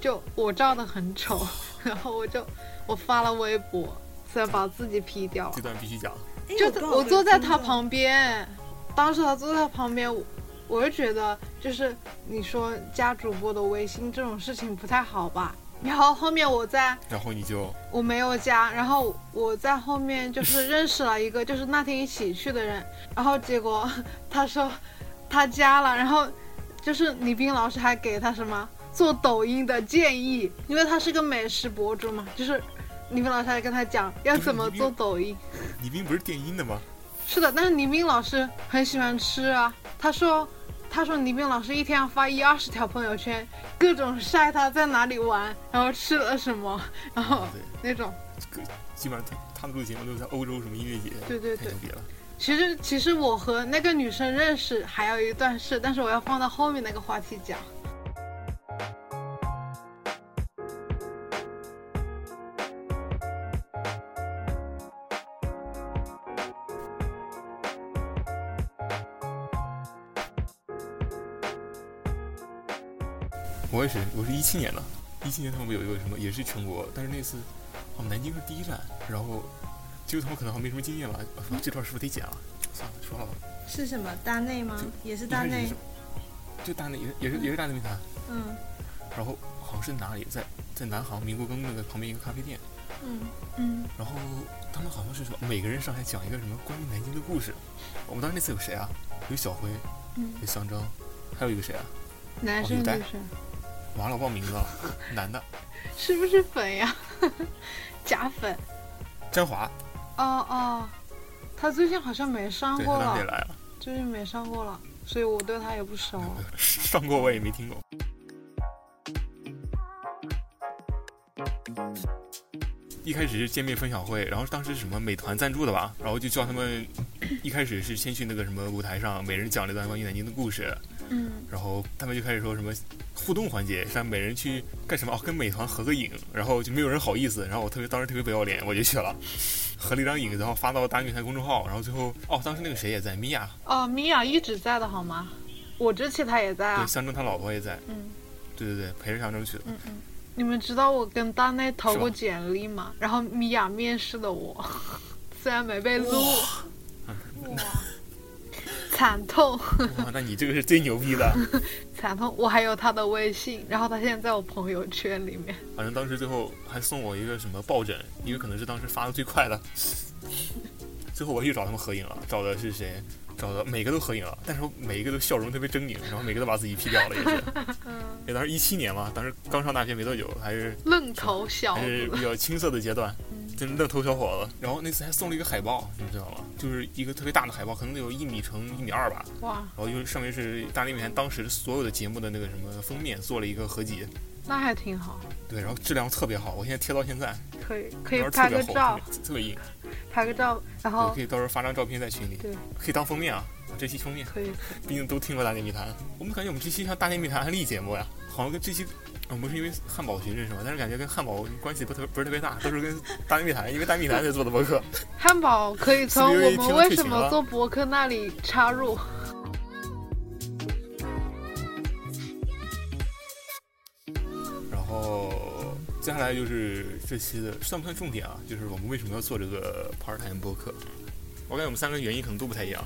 Speaker 1: 就我照的很丑，然后我就我发了微博，虽然把自己 P 掉了
Speaker 2: 这，段必须讲。
Speaker 3: 诶
Speaker 1: 就
Speaker 3: 有多少
Speaker 1: 我
Speaker 3: 个
Speaker 1: 坐在
Speaker 3: 听
Speaker 1: 他
Speaker 3: 众
Speaker 1: 旁边，当时他坐在旁边，我我就觉得就是你说加主播的微信这种事情不太好吧？然后后面我在
Speaker 2: 然后你就
Speaker 1: 我没有加，然后我在后面就是认识了一个，就是那天一起去的人，然后结果 他说他加了，然后就是李斌老师还给他什么做抖音的建议，因为他是个美食博主嘛，就是李斌老师还跟他讲要怎么做抖音。
Speaker 2: 李斌不是电音的吗？
Speaker 1: 是的，但是倪斌老师很喜欢吃啊。他说，他说倪斌老师一天要发一二十条朋友圈，各种晒他在哪里玩，然后吃了什么， 然后
Speaker 2: 对，
Speaker 1: 那种。
Speaker 2: 这个基本上他他们录节目都是在欧洲什么音乐节，
Speaker 1: 对对
Speaker 2: 太
Speaker 1: 对
Speaker 2: 牛逼了。
Speaker 1: 其实其实我和那个女生认识还有一段事，但是我要放到后面那个话题讲。
Speaker 2: 我也是，我是一七年的，一七年他们不有一个什么，也是全国，但是那次哦南京是第一站，然后就他们可能还没什么经验吧，啊这段是不是得剪了？算了，说了吧。
Speaker 3: 是什么大内吗？也是大
Speaker 2: 一开始
Speaker 3: 内
Speaker 2: 是，就大内也是也是也是大内密谈，
Speaker 3: 嗯
Speaker 2: 然后好像是哪里在在南航民国宫那个旁边一个咖啡店，
Speaker 3: 嗯，
Speaker 1: 嗯，
Speaker 2: 然后他们好像是说每个人上来讲一个什么关于南京的故事。我们当时那次有谁啊？有小辉，
Speaker 1: 嗯
Speaker 2: 有象征，还有一个谁啊？
Speaker 1: 男生
Speaker 2: 哦
Speaker 1: 女
Speaker 2: 有带
Speaker 1: 生
Speaker 2: 完了，我忘 名字了，男的，
Speaker 1: 是不是粉呀？ 假粉。
Speaker 2: 詹华，
Speaker 1: 哦哦，他最近好像没上
Speaker 2: 对，
Speaker 1: 过
Speaker 2: 他当时也
Speaker 1: 了，
Speaker 2: 来了。
Speaker 1: 最近没上过了，所以我对他也不熟。
Speaker 2: 上过我也没听过。一开始是见面分享会，然后当时是什么美团赞助的吧，然后就叫他们，一开始是先去那个什么舞台上，每人讲了一段关于南京的故事，
Speaker 1: 嗯，
Speaker 2: 然后他们就开始说什么互动环节，让每人去干什么哦，跟美团合个影，然后就没有人好意思，然后我特别当时特别不要脸，我就去了，合了一张影，然后发到大女台公众号，然后最后哦，当时那个谁也在，米娅，
Speaker 1: 哦，米娅一直在的好吗？我这期她也在
Speaker 2: 对，
Speaker 1: 啊。
Speaker 2: 象征他老婆也在，
Speaker 1: 嗯
Speaker 2: 对对对，陪着象征去的，
Speaker 1: 嗯嗯。你们知道我跟大内投
Speaker 2: 是
Speaker 1: 过
Speaker 2: 吧
Speaker 1: 简历吗？然后米娅面试了我， 虽然没被录， 惨痛
Speaker 2: 哇，那你这个是最牛逼的。
Speaker 1: 惨痛。我还有她的微信，然后她现在在我朋友圈里面。
Speaker 2: 反正当时最后还送我一个什么抱枕，因为可能是当时发的最快 的。最后我又找他们合影了，找的是谁？找的每个都合影了，但是每一个都笑容特别狰狞，然后每个都把自己 P 掉了，也是。
Speaker 1: 嗯
Speaker 2: 因为当时一七年嘛，当时刚上大学没多久，还是
Speaker 1: 愣头小
Speaker 2: 还是
Speaker 1: 子，
Speaker 2: 比较青涩的阶段，
Speaker 1: 嗯
Speaker 2: 就是愣头小伙子。然后那次还送了一个海报，你知道吗？就是一个特别大的海报，可能得有一米乘一米二吧，
Speaker 1: 哇，
Speaker 2: 然后就是上面是大内密谈当时所有的节目的那个什么封面做了一个合集，
Speaker 1: 那还挺好，
Speaker 2: 对，然后质量特别好，我现在贴到现在，
Speaker 1: 可以可以
Speaker 2: 然后
Speaker 1: 拍
Speaker 2: 特别
Speaker 1: 个
Speaker 2: 厚
Speaker 1: 照，，
Speaker 2: 特别特别硬，
Speaker 1: 拍个照，然
Speaker 2: 我
Speaker 1: 后
Speaker 2: 可以到时候发张照片在群里
Speaker 1: 对，
Speaker 2: 可以当封面啊，这期封面，
Speaker 1: 可以
Speaker 2: 毕竟都听过《大内密谈》，我们感觉我们这期像《大内密谈》案例节目呀，好像跟这期。我们是因为汉堡群认识嘛，但是感觉跟汉堡关系不特不是特别大，都是跟大内密谈，因为大内密谈在做的博客。
Speaker 1: 汉堡可以从我
Speaker 2: 四六一
Speaker 1: 们
Speaker 2: 听
Speaker 1: 为
Speaker 2: 退
Speaker 1: 什
Speaker 2: 群
Speaker 1: 么
Speaker 2: 了
Speaker 1: 做博客那里插入。
Speaker 2: 然后接下来就是这期的算不算重点啊？就是我们为什么要做这个 part time 播客？我感觉我们三个原因可能都不太一样。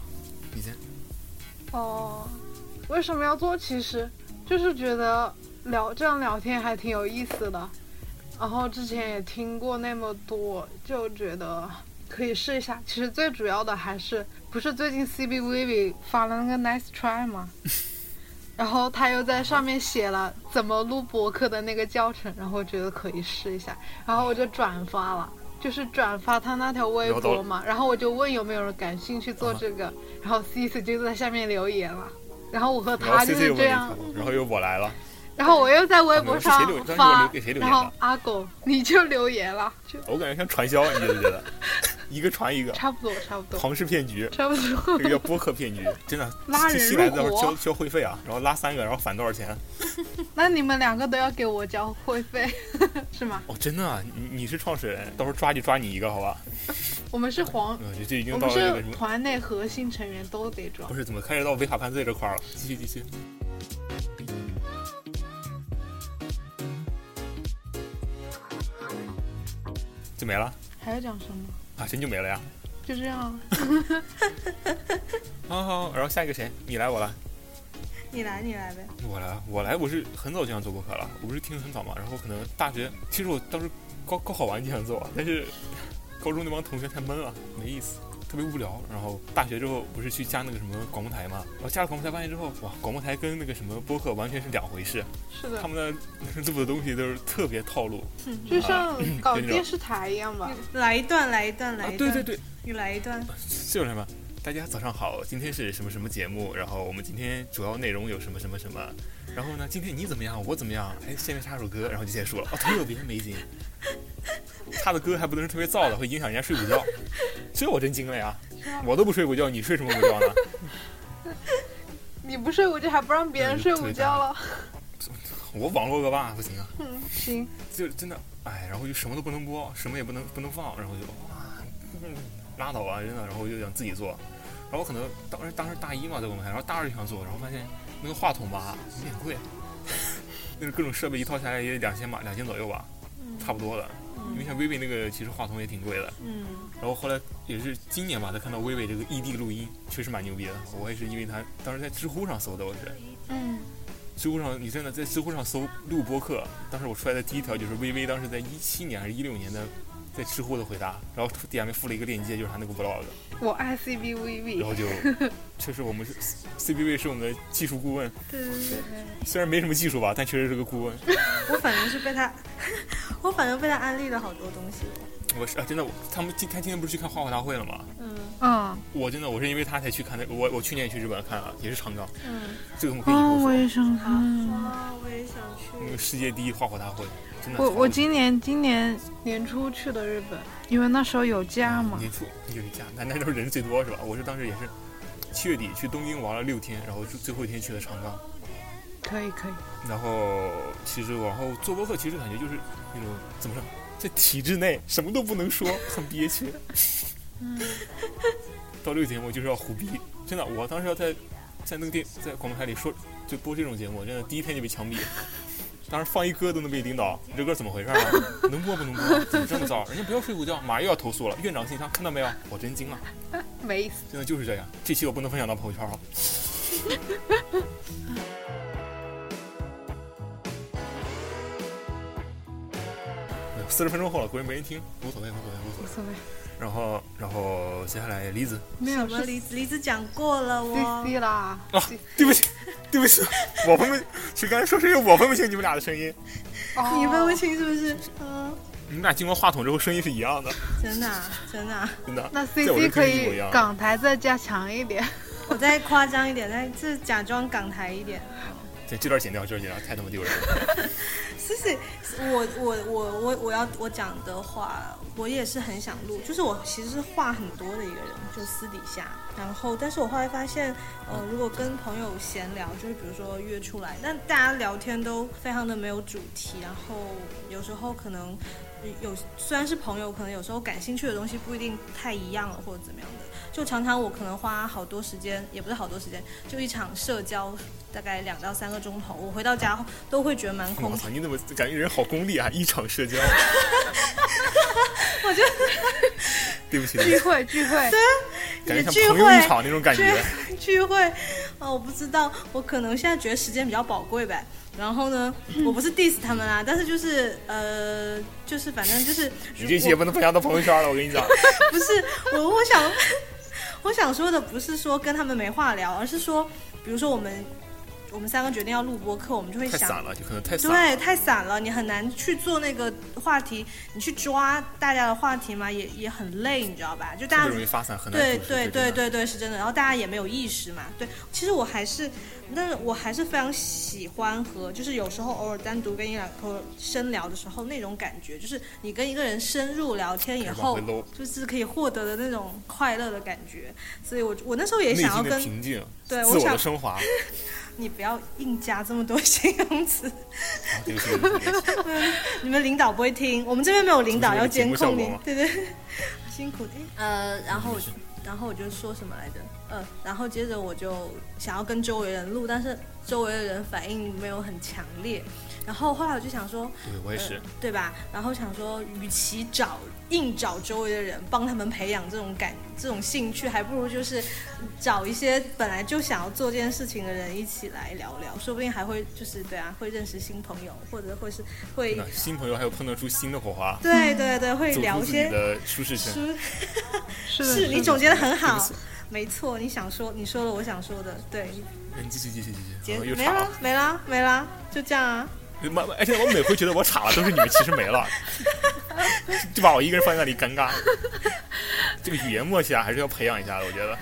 Speaker 2: 你先，
Speaker 1: 哦，为什么要做？其实就是觉得聊这样聊天还挺有意思的，然后之前也听过那么多，就觉得可以试一下。其实最主要的还是不是最近 C B V B 发了那个 Nice Try 吗？ 然后他又在上面写了怎么录博客的那个教程，然后我觉得可以试一下，然后我就转发了，就是转发他那条微
Speaker 2: 聊到
Speaker 1: 博嘛，然后我就问有没有人感兴趣做
Speaker 2: 啊
Speaker 1: 这个，然后 C C 就在下面留言了，然后我和
Speaker 2: 然后
Speaker 1: 他就
Speaker 2: C C
Speaker 1: 是
Speaker 2: 又
Speaker 1: 这
Speaker 2: 问
Speaker 1: 样
Speaker 2: 了，一条，然后又我来了，
Speaker 1: 然后我又在微博上
Speaker 2: 我们是谁留当时我留
Speaker 1: 发
Speaker 2: 给谁，留言
Speaker 1: 然
Speaker 2: 的
Speaker 1: 后阿狗你就留言了，就
Speaker 2: 我感觉像传销，你觉不觉 得？一个传一个，
Speaker 1: 差不多差不多
Speaker 2: 庞氏骗局。
Speaker 1: 差不
Speaker 2: 这
Speaker 1: 多，
Speaker 2: 个叫播客骗局，真的
Speaker 1: 拉人
Speaker 2: 这新来的
Speaker 1: 入
Speaker 2: 要
Speaker 1: 伙
Speaker 2: 交交会费啊，然后拉三个，然后返多少钱？
Speaker 1: 那你们两个都要给我交会费 是吗？
Speaker 2: 哦，真的啊，你你是创始人，到时候抓就抓你一个，好吧？
Speaker 1: 我们是黄，
Speaker 2: 嗯，这这已
Speaker 1: 我
Speaker 2: 经到
Speaker 1: 们
Speaker 2: 了那
Speaker 1: 是
Speaker 2: 个什么，
Speaker 1: 团内核心成员都得装
Speaker 2: 不。是怎么开始到违法犯罪这块儿了？继续继续。就没了
Speaker 1: 还要讲什么？
Speaker 2: 啊，真就没了呀！
Speaker 1: 就这样啊。
Speaker 2: 好好，然后下一个谁？你来我来。
Speaker 3: 你来，你来呗。
Speaker 2: 我来，啊我来，我是很早就想做播客了，我不是听得很早嘛，然后可能大学，其实我当时高高考完就想做，但是高中那帮同学太闷了，没意思，特别无聊。然后大学之后不是去加那个什么广播台嘛，然后加了广播台发现之后，哇，广播台跟那个什么播客完全是两回事，
Speaker 1: 是
Speaker 2: 他
Speaker 1: 的，
Speaker 2: 们的录的东西都是特别套路
Speaker 1: 就像
Speaker 2: 啊
Speaker 1: 搞
Speaker 2: 对那种
Speaker 1: 电视台一样吧。
Speaker 3: 来一段，来一段，
Speaker 2: 啊
Speaker 3: 来一，
Speaker 2: 对
Speaker 3: 段。
Speaker 2: 对对，啊
Speaker 3: 你来一段。
Speaker 2: 是有什么？大家早上好，今天是什么什么节目？然后我们今天主要内容有什么什么什么？然后呢，今天你怎么样？我怎么样？哎，下面插首歌，然后就结 束了，哦，特别没劲。他的歌还不能是特别燥的，会影响人家睡午 觉。这我真惊了呀！我都不睡午觉，你睡什么午觉呢？
Speaker 1: 你不睡午觉还不让别人
Speaker 2: 嗯
Speaker 1: 睡午觉了？
Speaker 2: 我网络恶霸不行啊，
Speaker 1: 嗯，行，
Speaker 2: 就真的哎，然后就什么都不能播，什么也不能不能放，然后就哇，嗯拉倒啊，真的，然后我就想自己做，然后可能当时当时大一嘛在我们台，然后大二就想做，然后发现那个话筒吧有点贵， 那个各种设备一套下来也两千吧，两千左右吧，差不多的，因为像 vivo 那个其实话筒也挺贵的，
Speaker 3: 嗯，
Speaker 2: 然后后来也是今年吧才看到 vivo 这个异地录音确实蛮牛逼的，我也是因为它当时在知乎上搜的，我是。
Speaker 1: 嗯，
Speaker 2: 知乎上，你真的在知乎上搜录播客，当时我出来的第一条就是微微当时在一七年还是一六年的在知乎的回答，然后底下面附了一个链接，就是他那个 vlog，
Speaker 1: 我爱 CBVB
Speaker 2: 然。后就确实我们是 CBV 是我们的技术顾问，
Speaker 3: 对对对对。
Speaker 2: 虽然没什么技术吧，但确实是个顾问。
Speaker 3: 我反正是被他， 我反正被他安利了好多东西。
Speaker 2: 我是啊，真的，我他们今他今天不是去看花火大会了吗？
Speaker 3: 嗯
Speaker 1: 嗯，
Speaker 2: 我真的我是因为他才去看的，我我去年也去日本看了，也是长冈，
Speaker 3: 嗯，
Speaker 2: 这个我们可以以后说。
Speaker 1: 想
Speaker 2: 嗯
Speaker 3: 哇，我也想
Speaker 2: 那个
Speaker 3: 去。
Speaker 2: 世界第一花火大会，真的。
Speaker 5: 我我
Speaker 2: 今
Speaker 5: 今年今年，
Speaker 1: 年初去的日本，
Speaker 5: 因为那时候有假嘛，
Speaker 2: 年初有假，那那时候人最多是吧？我是当时也是七月底去东京玩了六天，然后最最后一天去的长冈。
Speaker 1: 可以可以。
Speaker 2: 然后其实往后做播客，其实感觉就是那种怎么说，在体制内什么都不能说，很憋屈。到这个节目就是要胡逼，真的，我当时要在在那个电在广播台里说就播这种节目，真的第一天就被枪毙。当时放一歌都能被领导，你这歌怎么回事啊？能播不能播？怎么这么糟？人家不要睡午觉，马上又要投诉了。院长信箱看到没有？我真惊了。啊
Speaker 1: 没意思。
Speaker 2: 真的就是这样。这期我不能分享到朋友圈了。啊哎四十分钟后了，果然没人听，无所谓，无所谓，无所谓。
Speaker 1: 所谓，
Speaker 2: 然后，然后接下来梨子
Speaker 1: 没有
Speaker 3: 什么
Speaker 1: 是
Speaker 3: 梨子梨子讲过了哦我
Speaker 1: CC 啦。
Speaker 2: 啊，对不起，对不起，我分不清，是刚才说是因为我分不清你们俩的声音，
Speaker 1: 哦
Speaker 3: 你分不清是不是？嗯，
Speaker 2: 你们俩经过话筒之后声音是一样的，
Speaker 3: 真的啊、真的啊、
Speaker 2: 真的。
Speaker 5: 那
Speaker 2: 在我这
Speaker 5: CC 可
Speaker 2: 听一模一
Speaker 5: 以
Speaker 2: 样。
Speaker 5: 港台再加强一点，
Speaker 3: 我再夸张一点，再这假装港台一点。
Speaker 2: 对，这段剪掉，这段剪掉，太他妈丢人了。
Speaker 3: 其实我我我我我要我讲的话，我也是很想录，就是我其实是话很多的一个人，就私底下。然后，但是我后来发现，呃，如果跟朋友闲聊，就是比如说约出来，但大家聊天都非常的没有主题，然后有时候可能有虽然是朋友，可能有时候感兴趣的东西不一定太一样了，或者怎么样的。就常常我可能花好多时间，也不是好多时间，就一场社交大概两到三个钟头，我回到家后都会觉得蛮空
Speaker 2: 我
Speaker 3: 虚
Speaker 2: 操，你怎么感觉人好功利啊？一场社交。
Speaker 3: 我觉得
Speaker 2: 对不起，对不
Speaker 5: 聚
Speaker 2: 起
Speaker 5: 会聚会，
Speaker 2: 感觉像
Speaker 3: 聚
Speaker 2: 朋友一
Speaker 3: 会
Speaker 2: 场那种感觉。
Speaker 3: 聚 聚会，哦，我不知道，我可能现在觉得时间比较宝贵呗。然后呢，我不是 diss 他们啊啦，但是就是呃，就是反正就是，
Speaker 2: 你这期也不能分享到朋友圈了，我跟你讲。
Speaker 3: 不是我，我想 我想说的不是说跟他们没话聊，而是说，比如说我们我们三个决定要录播课，我们就会
Speaker 2: 太
Speaker 3: 想
Speaker 2: 散了，就可能太散了。
Speaker 3: 对，啊太散了，你很难去做那个话题，你去抓大家的话题嘛，也也很累，你知道吧？就
Speaker 2: 特
Speaker 3: 大
Speaker 2: 别
Speaker 3: 家
Speaker 2: 容易发散，很难
Speaker 3: 对
Speaker 2: 组织这
Speaker 3: 对
Speaker 2: 真
Speaker 3: 对
Speaker 2: 的
Speaker 3: 对对，是真的。然后大家也没有意识嘛，对。其实我还是，那我还是非常喜欢和，就是有时候偶尔单独跟一两个深聊的时候，那种感觉，就是你跟一个人深入聊天以
Speaker 2: 开始
Speaker 3: 后
Speaker 2: 往回搂，
Speaker 3: 就是可以获得的那种快乐的感觉。所以我我那时候也
Speaker 2: 内
Speaker 3: 想要
Speaker 2: 心的
Speaker 3: 跟
Speaker 2: 平静，
Speaker 3: 对
Speaker 2: 自
Speaker 3: 我
Speaker 2: 我的
Speaker 3: 想
Speaker 2: 升 华。啊
Speaker 3: 你不要硬加这么多形容词，
Speaker 2: 对不起，对不起对不起
Speaker 3: 你们领导不会听，我们这边没有领导
Speaker 2: 这
Speaker 3: 要
Speaker 2: 不是
Speaker 3: 监
Speaker 2: 为了节目
Speaker 3: 控
Speaker 2: 效
Speaker 3: 你
Speaker 2: 果吗，
Speaker 3: 对对， 辛苦你。呃，然后我然后我就说什么来着？呃，然后接着我就想要跟周围人录，但是周围的人反应没有很强烈。然后后来我就想说，
Speaker 2: 对，我也是
Speaker 3: 呃，对吧？然后想说，与其找硬找周围的人帮他们培养这种感这种兴趣，还不如就是找一些本来就想要做这件事情的人一起来聊聊，说不定还会就是对啊，会认识新朋友，或者会是会
Speaker 2: 真的新朋友还有碰撞出新的火花，
Speaker 3: 对对对，会
Speaker 2: 走
Speaker 3: 聊
Speaker 2: 出
Speaker 3: 一
Speaker 2: 自己
Speaker 3: 些
Speaker 2: 的舒适圈。
Speaker 3: 书，
Speaker 1: 是的，
Speaker 3: 是
Speaker 1: 的
Speaker 3: 你总结的很
Speaker 2: 对不
Speaker 3: 好
Speaker 2: 起，
Speaker 3: 没错，你想说你说了我想说的，对，
Speaker 2: 哎，你继续继续继续
Speaker 3: 结
Speaker 2: 然后又
Speaker 3: 没
Speaker 2: 岔
Speaker 3: 啦
Speaker 2: 了。
Speaker 3: 没啦没啦，就这样啊。
Speaker 2: 妈，而且我每回觉得我岔了，都是你们其实没了，就就把我一个人放在那里尴尬。这个语言默契啊，还是要培养一下的，我觉得。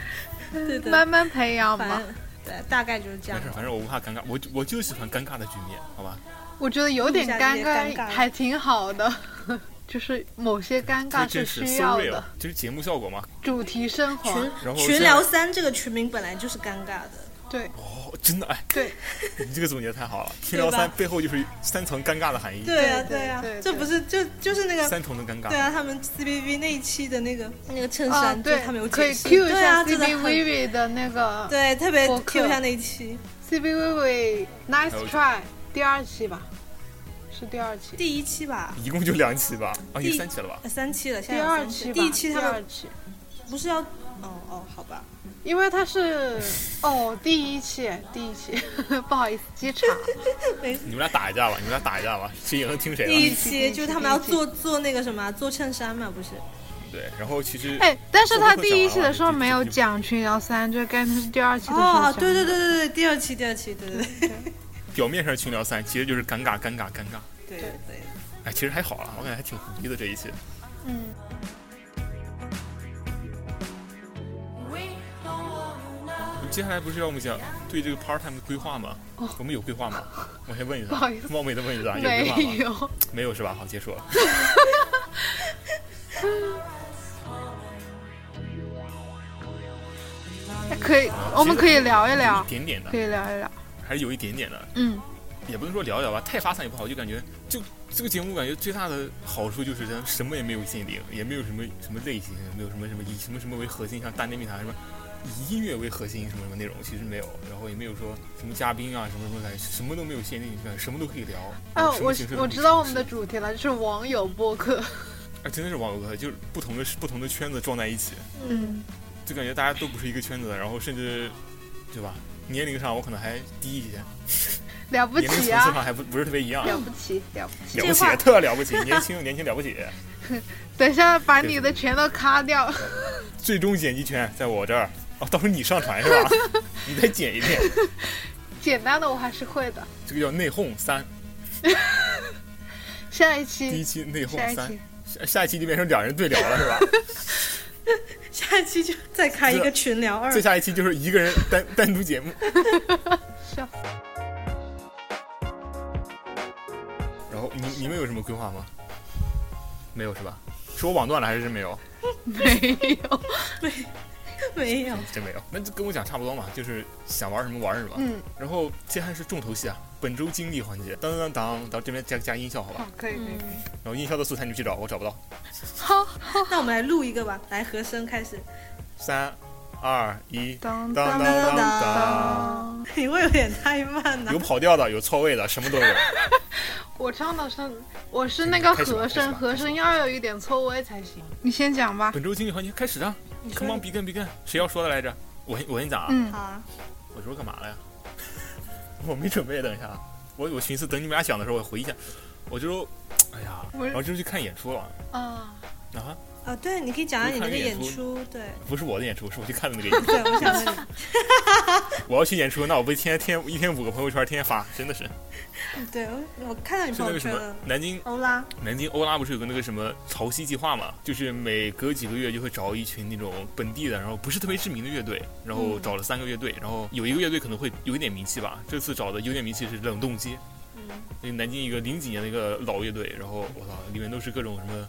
Speaker 3: 对的，
Speaker 1: 慢慢培养
Speaker 3: 反
Speaker 1: 吧。
Speaker 3: 正对，大概就是这
Speaker 2: 没
Speaker 3: 样
Speaker 2: 事，。反正我不怕尴尬，我我就喜欢尴尬的局面，好吧？
Speaker 1: 我觉得有点
Speaker 3: 一下
Speaker 1: 尴
Speaker 3: 就
Speaker 1: 尬
Speaker 3: 尴尬了
Speaker 1: 还挺好的，就是某些尴
Speaker 2: 这
Speaker 1: 尬
Speaker 2: 真
Speaker 1: 是
Speaker 2: 实
Speaker 1: 需
Speaker 2: so
Speaker 1: 要
Speaker 2: real，
Speaker 1: 的。
Speaker 2: 就是节目效果嘛。啊
Speaker 1: 主题升华，
Speaker 3: 群
Speaker 2: 然后
Speaker 3: 群
Speaker 2: 这
Speaker 3: 聊三这个群名本来就是尴尬的，
Speaker 1: 对
Speaker 2: 哦，真的哎，
Speaker 1: 对，
Speaker 2: 你这个总结太好了。群
Speaker 3: 对
Speaker 2: 聊
Speaker 3: 吧
Speaker 2: 三背后就是三层尴尬的含义，
Speaker 3: 对啊
Speaker 1: 对
Speaker 3: 对啊
Speaker 1: 对对，
Speaker 3: 这不是就就是那个
Speaker 2: 三重的尴尬
Speaker 3: 对。啊，他们 C B B 那一期的那个那个衬
Speaker 1: 啊
Speaker 3: 衫，就
Speaker 1: 对
Speaker 3: 是他们有，
Speaker 1: 可以
Speaker 3: 解释，
Speaker 1: Q 一
Speaker 3: 对
Speaker 1: 下
Speaker 3: 啊，真
Speaker 1: C
Speaker 3: 的
Speaker 1: B
Speaker 3: 很
Speaker 1: Vivi 的那个
Speaker 3: 对，特别
Speaker 1: 博客
Speaker 3: Q 一下那一期
Speaker 1: C B Vivi
Speaker 2: 还
Speaker 1: Nice
Speaker 2: 有
Speaker 1: Try 第二期吧，是第二期，
Speaker 3: 第一期吧，
Speaker 2: 一共就两期吧，啊，已
Speaker 3: 第
Speaker 2: 经三期了吧？
Speaker 3: 呃三期了，现
Speaker 1: 第
Speaker 3: 在有
Speaker 1: 二
Speaker 3: 三
Speaker 1: 期吧，
Speaker 3: 第一期
Speaker 1: 第
Speaker 3: 他
Speaker 1: 二
Speaker 3: 们
Speaker 1: 期，
Speaker 3: 不是要，哦哦，好吧，
Speaker 1: 因为它是哦第一期第一期， 不好意思记 岔了。
Speaker 2: 你们俩打一架吧，你们俩打一架吧，谁赢了听谁
Speaker 3: 第
Speaker 2: 了。
Speaker 3: 一期就是他们要做做那个什么做衬衫嘛，不是？
Speaker 2: 对，然后其实
Speaker 1: 哎，但是他
Speaker 2: 会
Speaker 1: 第
Speaker 2: 讲
Speaker 1: 一
Speaker 2: 完
Speaker 1: 期
Speaker 2: 了
Speaker 1: 的时候
Speaker 2: 就
Speaker 1: 没
Speaker 2: 就
Speaker 1: 有
Speaker 2: 就
Speaker 1: 讲群聊三，这该是第二期的时候
Speaker 3: 哦，
Speaker 1: 讲
Speaker 3: 对对对对对，第二期第二期，对对对
Speaker 2: 表面上是群聊三，其实就是尴尬尴尬尴尬。
Speaker 3: 对对对。
Speaker 2: 哎，其实还好啊，我感觉还挺胡逼的这一期。我们接下来不是要我们讲对这个 part time 的规划吗？我们有规划吗？我先问一下，
Speaker 1: 哦不好意思
Speaker 2: 冒昧的问一下，有规划
Speaker 1: 没
Speaker 2: 吗？
Speaker 1: 有，
Speaker 2: 没有是吧？好，结束了。
Speaker 1: 可以，我们可以聊一聊
Speaker 2: 一，点点的
Speaker 1: 可，以聊一聊。
Speaker 2: 还是有一点点的，
Speaker 1: 嗯，
Speaker 2: 也不能说聊一聊吧，太发散也不好。就感觉，就这个节目感觉最大的好处就是它什么也没有限定，也没有什么什么类型，也没有什么什么以什么什么为核心，像大内密谈什么以音乐为核心什么什么内容，其实没有。然后也没有说什么嘉宾啊什么什么感觉，什么都没有限定，感觉什么都可以聊。
Speaker 1: 哎，
Speaker 2: 然后什么
Speaker 1: 哦我
Speaker 2: 形式都
Speaker 1: 我
Speaker 2: 可以
Speaker 1: 知道我
Speaker 2: 尝
Speaker 1: 们
Speaker 2: 试
Speaker 1: 的主题了，就是网友播客。
Speaker 2: 哎，真的是网友哥，就是不同的不同的圈子撞在一起，
Speaker 1: 嗯，
Speaker 2: 就感觉大家都不是一个圈子的，然后甚至，对吧？年龄上我可能还低一些，
Speaker 1: 了不
Speaker 2: 年龄层次
Speaker 1: 起
Speaker 2: 上
Speaker 1: 啊，
Speaker 2: 还不不是特别一样，
Speaker 1: 了
Speaker 2: 了
Speaker 1: 不起，了不起。
Speaker 2: 不
Speaker 3: 这
Speaker 2: 起
Speaker 3: 话，
Speaker 2: 特了不起，年轻 年轻了不起，
Speaker 1: 等一下把
Speaker 2: 对
Speaker 1: 你
Speaker 2: 对
Speaker 1: 的
Speaker 2: 对
Speaker 1: 全都咔掉。
Speaker 2: 最终剪辑权在我这儿。哦，到时候你上传是吧？你再剪一遍，
Speaker 1: 简单的我还是会的。
Speaker 2: 这个叫内讧三，
Speaker 1: 下一
Speaker 2: 第一
Speaker 1: 期，
Speaker 2: 期内
Speaker 1: 下
Speaker 2: 讧
Speaker 1: 一
Speaker 2: 三
Speaker 1: 期，，
Speaker 2: 下下一期就变成两人对聊了是吧？
Speaker 3: 下一期就再开一个群聊二
Speaker 2: 再，下一期就是一个人单单独节目。
Speaker 1: 笑
Speaker 2: 然后你你们有什么规划吗？没有是吧？是我网断了还是真没有？
Speaker 1: 没有。
Speaker 3: 没有，
Speaker 2: 真没有，那就跟我讲差不多嘛，就是想玩什么玩什么。
Speaker 1: 嗯，
Speaker 2: 然后接下来是重头戏啊，本周经历环节，当当当当，到这边加加音效好吧
Speaker 1: 好？，哦可以可以。
Speaker 3: 嗯
Speaker 1: 可以，
Speaker 2: 然后音效的素材你们去找，我找不到。
Speaker 1: 好，
Speaker 3: 那我们来录一个吧，来和声开始，
Speaker 2: 三、二、一，
Speaker 1: 当
Speaker 2: 当
Speaker 1: 当
Speaker 2: 当
Speaker 1: 当
Speaker 2: 当，
Speaker 1: 当。
Speaker 3: 你会有点太慢了
Speaker 2: 有，跑调的，有错位的，什么都有。
Speaker 1: 我唱的是，我是那个
Speaker 2: 开始吧
Speaker 1: 和
Speaker 2: 开始
Speaker 1: 声，
Speaker 2: 吧
Speaker 1: 和声要有一点错位才行。你先讲吧。
Speaker 2: 本周经历环节开始啊，Come on，比根比根，谁要说的来着？我先我先讲啊，
Speaker 1: 嗯
Speaker 3: 好，啊，
Speaker 2: 我说干嘛了呀？ 我没准备，等一下啊，我我寻思等你们俩讲的时候我回忆一下，我就，哎呀，
Speaker 1: 我
Speaker 2: 然后就去看演出了
Speaker 1: 啊，
Speaker 2: 啊，
Speaker 3: 啊，对，你可以讲下你那个演出，对，
Speaker 2: 不是我的演出，是我去看的那个演出。
Speaker 3: 对，我想问你，
Speaker 2: 我要去演出，那我不天天一天五个朋友圈，天天发，真的是
Speaker 3: 对我我看到你
Speaker 2: 是
Speaker 3: 朋
Speaker 2: 那
Speaker 3: 友
Speaker 2: 个什
Speaker 3: 圈了
Speaker 2: 么，南京
Speaker 3: 欧拉，
Speaker 2: 南京欧拉不是有个那个什么潮汐计划嘛？就是每隔几个月就会找一群那种本地的，然后不是特别知名的乐队，然后找了三个乐队，然后有一个乐队可能会有一点名气吧。这次找的有点名气是冷冻街，
Speaker 3: 嗯，
Speaker 2: 那个南京一个零几年的一个老乐队，然后我操，里面都是各种什么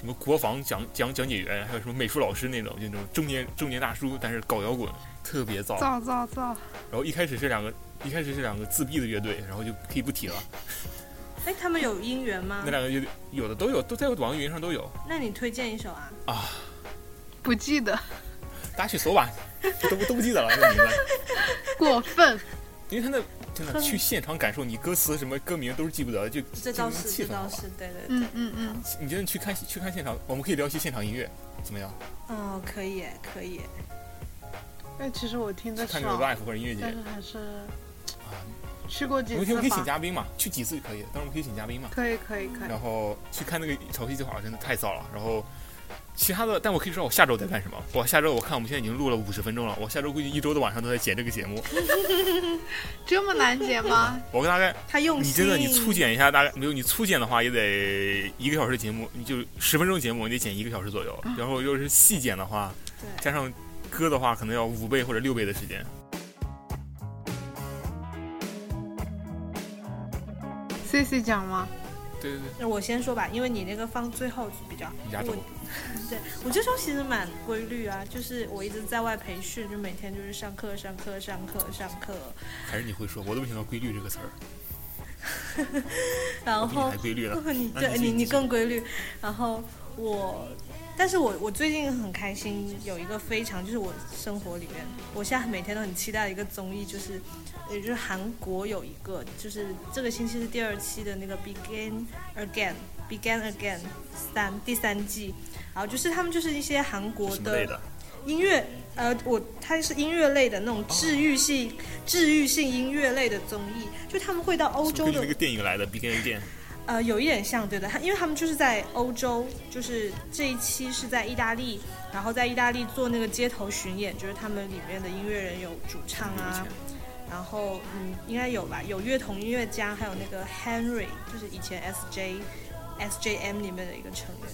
Speaker 2: 什么国防讲讲讲解员，还有什么美术老师那种，就那种中年中年大叔，但是搞摇滚，特别燥。
Speaker 1: 造造造，
Speaker 2: 然后一开始是两个，一开始是两个自闭的乐队，然后就可以不提了。
Speaker 3: 哎，他们有姻缘吗
Speaker 2: 那？两个乐队有的都有，都在网易云上都有，
Speaker 3: 那你推荐一首啊？
Speaker 1: 不记得，
Speaker 2: 大家去搜吧，都不都不记得了那名字。
Speaker 1: 过分。
Speaker 2: 因为他那真的去现场感受，你歌词什么歌名都是记不得的，就
Speaker 3: 这倒是，
Speaker 2: 气
Speaker 3: 这
Speaker 2: 氛好啊
Speaker 3: 倒
Speaker 2: 吧
Speaker 3: 是，对对对，
Speaker 1: 嗯嗯嗯，
Speaker 2: 你真的去看去看现场，我们可以聊一些现场音乐，怎么样？
Speaker 3: 哦，可以耶，可以耶，
Speaker 1: 哎，其实我听
Speaker 3: 啊
Speaker 1: 得
Speaker 2: 看那种
Speaker 1: 少，
Speaker 2: live 或者音乐节
Speaker 1: 但是啊
Speaker 2: 啊，
Speaker 1: 还是
Speaker 2: 我
Speaker 1: 去过几
Speaker 2: 们可以我们可
Speaker 1: 次
Speaker 2: 以请
Speaker 1: 吧。
Speaker 2: 嘉宾嘛，去几次可以的，但是我们可以请嘉宾嘛。
Speaker 1: 可以可以可以，
Speaker 2: 然后去看那个潮汐计划真的太糟了。然后其他的，但我可以知道我下周在干什么。我下周我看我们现在已经录了五十分钟了，我下周估计一周的晚上都在剪这个节目。
Speaker 1: 这么难解吗？
Speaker 2: 我大概
Speaker 3: 他用心，
Speaker 2: 你真的你粗剪一下，大概没有你粗剪的话也得一个小时的节目，你就十分钟节目你得剪一个小时左右。然后又是细剪的话，
Speaker 3: 啊对，
Speaker 2: 加上歌的话，可能要五倍或者六倍的时间。
Speaker 1: c C 讲吗？
Speaker 2: 对对对，
Speaker 3: 那我先说吧，因为你那个放最后比较，
Speaker 2: 压轴
Speaker 3: 我。对我这周其实蛮规律啊，就是我一直在外培训，就每天就是上课上课上课上课，
Speaker 2: 还是你会说，我都没想到“规律”这个词儿，
Speaker 3: 然
Speaker 2: 比
Speaker 3: 后
Speaker 2: 哦你还规律呢。
Speaker 3: 哦 你
Speaker 2: 那
Speaker 3: 对
Speaker 2: 你自己
Speaker 3: 你你
Speaker 2: 自己
Speaker 3: 更规律。然后我，但是我我最近很开心，有一个非常就是我生活里面，我现在每天都很期待的一个综艺，就是也就是韩国有一个，就是这个星期是第二期的那个《Begin Again》《Begin Again》三第三季，然后就是他们就是一些韩国
Speaker 2: 什么类的？
Speaker 3: 音乐，呃，我它是音乐类的那种治愈
Speaker 2: 哦
Speaker 3: 性、治愈性音乐类的综艺，就他们会到欧
Speaker 2: 是
Speaker 3: 洲
Speaker 2: 根据
Speaker 3: 的
Speaker 2: 那个电影来的《Begin Again》。
Speaker 3: 呃，有一点像，对的，他因为他们就是在欧洲，就是这一期是在意大利，然后在意大利做那个街头巡演，就是他们里面的音乐人有主唱啊，然后嗯，应该有吧，有乐童音乐家，还有那个 Henry，就是以前 SJ SJM 里面的一个成员，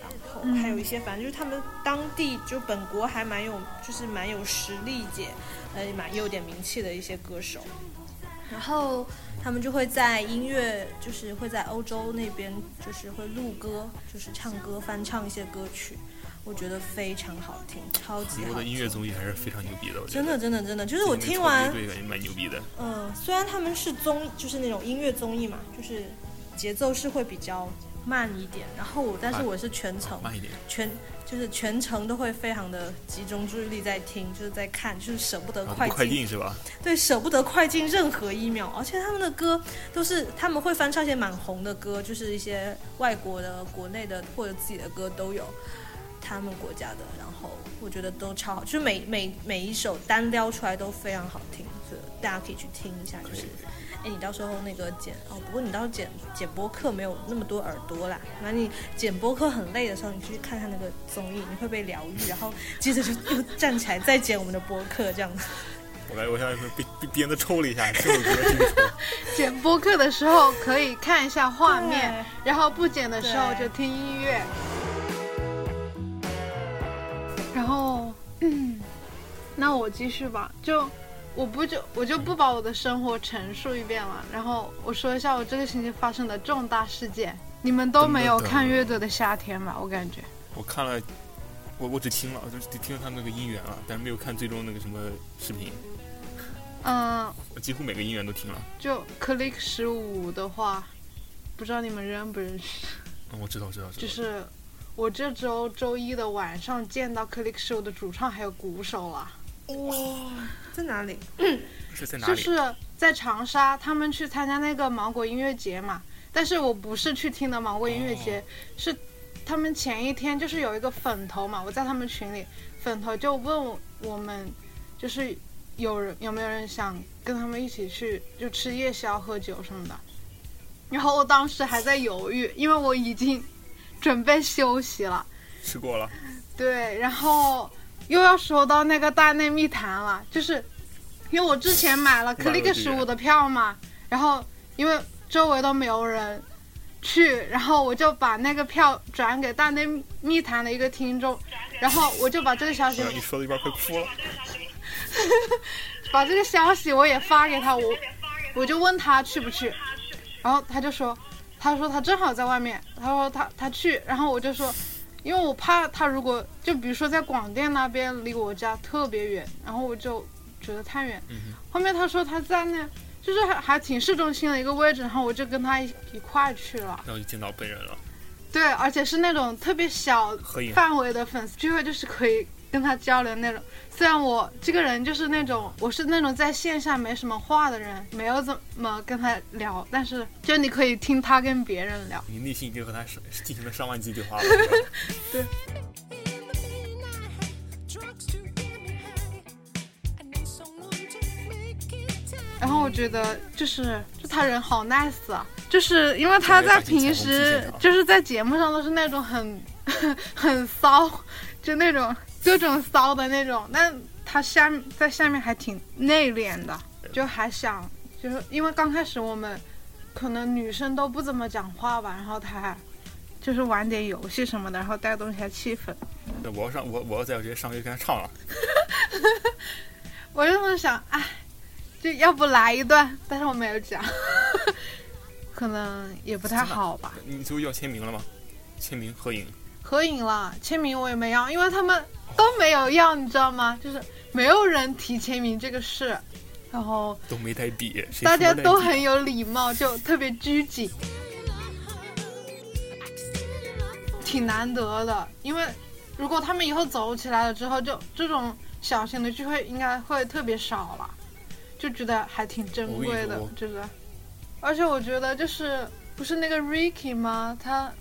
Speaker 3: 然后还有一些，反正就是他们当地就本国还蛮有，就是蛮有实力姐，呃，蛮有点名气的一些歌手。然后他们就会在音乐，就是会在欧洲那边，就是会录歌，就是唱歌翻唱一些歌曲，我觉得非常好听，超级
Speaker 2: 韩国
Speaker 3: 好
Speaker 2: 的音乐
Speaker 3: 听。
Speaker 2: 综艺还是非常牛逼的，我觉得。
Speaker 3: 真的，真的，真的，就是我听完，
Speaker 2: 对，感觉蛮牛逼的。
Speaker 3: 嗯，虽然他们是综，就是那种音乐综艺嘛，就是节奏是会比较慢一点，然后我，但是
Speaker 2: 慢
Speaker 3: 我是全程
Speaker 2: 啊慢一点，
Speaker 3: 全就是全程都会非常的集中注意力在听，就是在看，就是舍不得
Speaker 2: 然后
Speaker 3: 快
Speaker 2: 啊不快
Speaker 3: 进
Speaker 2: 进是吧？
Speaker 3: 对，舍不得快进任何一秒，而且他们的歌都是他们会翻唱一些蛮红的歌，就是一些外国的、国内的或者自己的歌都有，他们国家的，然后我觉得都超好，就是每每每一首单撩出来都非常好听，所以大家可以去听一下。就
Speaker 2: 可以
Speaker 3: 是，哎，你到时候那个剪哦，不过你到时候剪剪播客没有那么多耳朵啦，那你剪播客很累的时候，你去看看那个综艺，你会被疗愈，然后接着就又站起来再剪我们的播客这样子。
Speaker 2: 我感觉我现在是被被鞭子抽了一 下，这首歌真的抽。
Speaker 1: 剪播客的时候可以看一下画面
Speaker 3: 对，
Speaker 1: 然后不剪的时候
Speaker 3: 对
Speaker 1: 就听音乐。然后，嗯那我继续吧，就我不就我就不把我的生活陈述一遍了，然后我说一下我这个星期发生的重大事件。你们都没有
Speaker 2: 噔噔噔
Speaker 1: 看乐队的夏天吧？我感觉
Speaker 2: 我看了，我我只听了，我就是只听了他们那个音源了，但是没有看最终那个什么视频。
Speaker 1: 嗯、
Speaker 2: 我几乎每个音源都听了。
Speaker 1: 就 Click 十五的话，不知道你们认不认识。
Speaker 2: 嗯，我知道，知道，知道。
Speaker 1: 就是我这周周一的晚上见到 Click Show 的主唱还有鼓手了，
Speaker 3: 在哪里？
Speaker 2: 是在哪
Speaker 1: 就
Speaker 2: 里？
Speaker 1: 是在长沙，他们去参加那个芒果音乐节嘛。但是我不是去听的芒果音乐
Speaker 2: 哦
Speaker 1: 节，是他们前一天就是有一个粉头嘛，我在他们群里，粉头就问我我们，就是有人有没有人想跟他们一起去就吃夜宵、喝酒什么的。然后我当时还在犹豫，因为我已经准备休息了。
Speaker 2: 吃过了。
Speaker 1: 对，然后又要说到那个大内密谈了，就是因为我之前买了
Speaker 2: 买了
Speaker 1: Click
Speaker 2: 这
Speaker 1: 十
Speaker 2: 个
Speaker 1: 五的票嘛，然后因为周围都没有人去，然后我就把那个票转给大内密谈的一个听众，然后我就把这个消息
Speaker 2: 然后你说到一半快哭了。
Speaker 1: 把这个消息我也发给他，我我就问他去不去，然后他就说，他说他正好在外面，他说他他去，然后我就说，因为我怕他如果就比如说在广电那边离我家特别远，然后我就觉得太远。
Speaker 2: 嗯
Speaker 1: 后面他说他在那，就是还还挺市中心的一个位置，然后我就跟他一一块去了。
Speaker 2: 然后就见到本人了，
Speaker 1: 对，而且是那种特别小
Speaker 2: 合影。
Speaker 1: 范围的粉丝聚会，就是可以跟他交流那种。虽然我这个人就是那种，我是那种在线下没什么话的人，没有怎么跟他聊，但是就你可以听他跟别人聊。
Speaker 2: 你内心已经和他上进行了上万级对话了。是吧
Speaker 4: In the midnight, drugs to get me high. I need someone to make it tight.
Speaker 1: 然后我觉得就是，就他人好 nice 啊，就是因为他在平时就是在节目上都是那种很 很骚，就那种各种骚的那种，但他下面在下面还挺内敛的，就还想就是因为刚开始我们可能女生都不怎么讲话吧，然后他还就是玩点游戏什么的，然后带动一下气氛。
Speaker 2: 对我要上我我要再直接上去跟他唱了。
Speaker 1: 我就在想，哎，就要不来一段，但是我没有讲， 可能也不太好吧。
Speaker 2: 你最后要签名了吗？签名合影。
Speaker 1: 合影了，签名我也没要，因为他们都没有要，你知道吗？就是没有人提签名这个事，然后
Speaker 2: 都没带笔，谁
Speaker 1: 大家
Speaker 2: 说带
Speaker 1: 都
Speaker 2: 笔
Speaker 1: 很有礼貌，就特别拘谨，挺难得的。因为如果他们以后走起来了之后，就这种小型的聚会应该会特别少了，就觉得还挺珍贵的
Speaker 2: 我跟你说，
Speaker 1: 这个。而且我觉得就是不是那个 Ricky 吗？他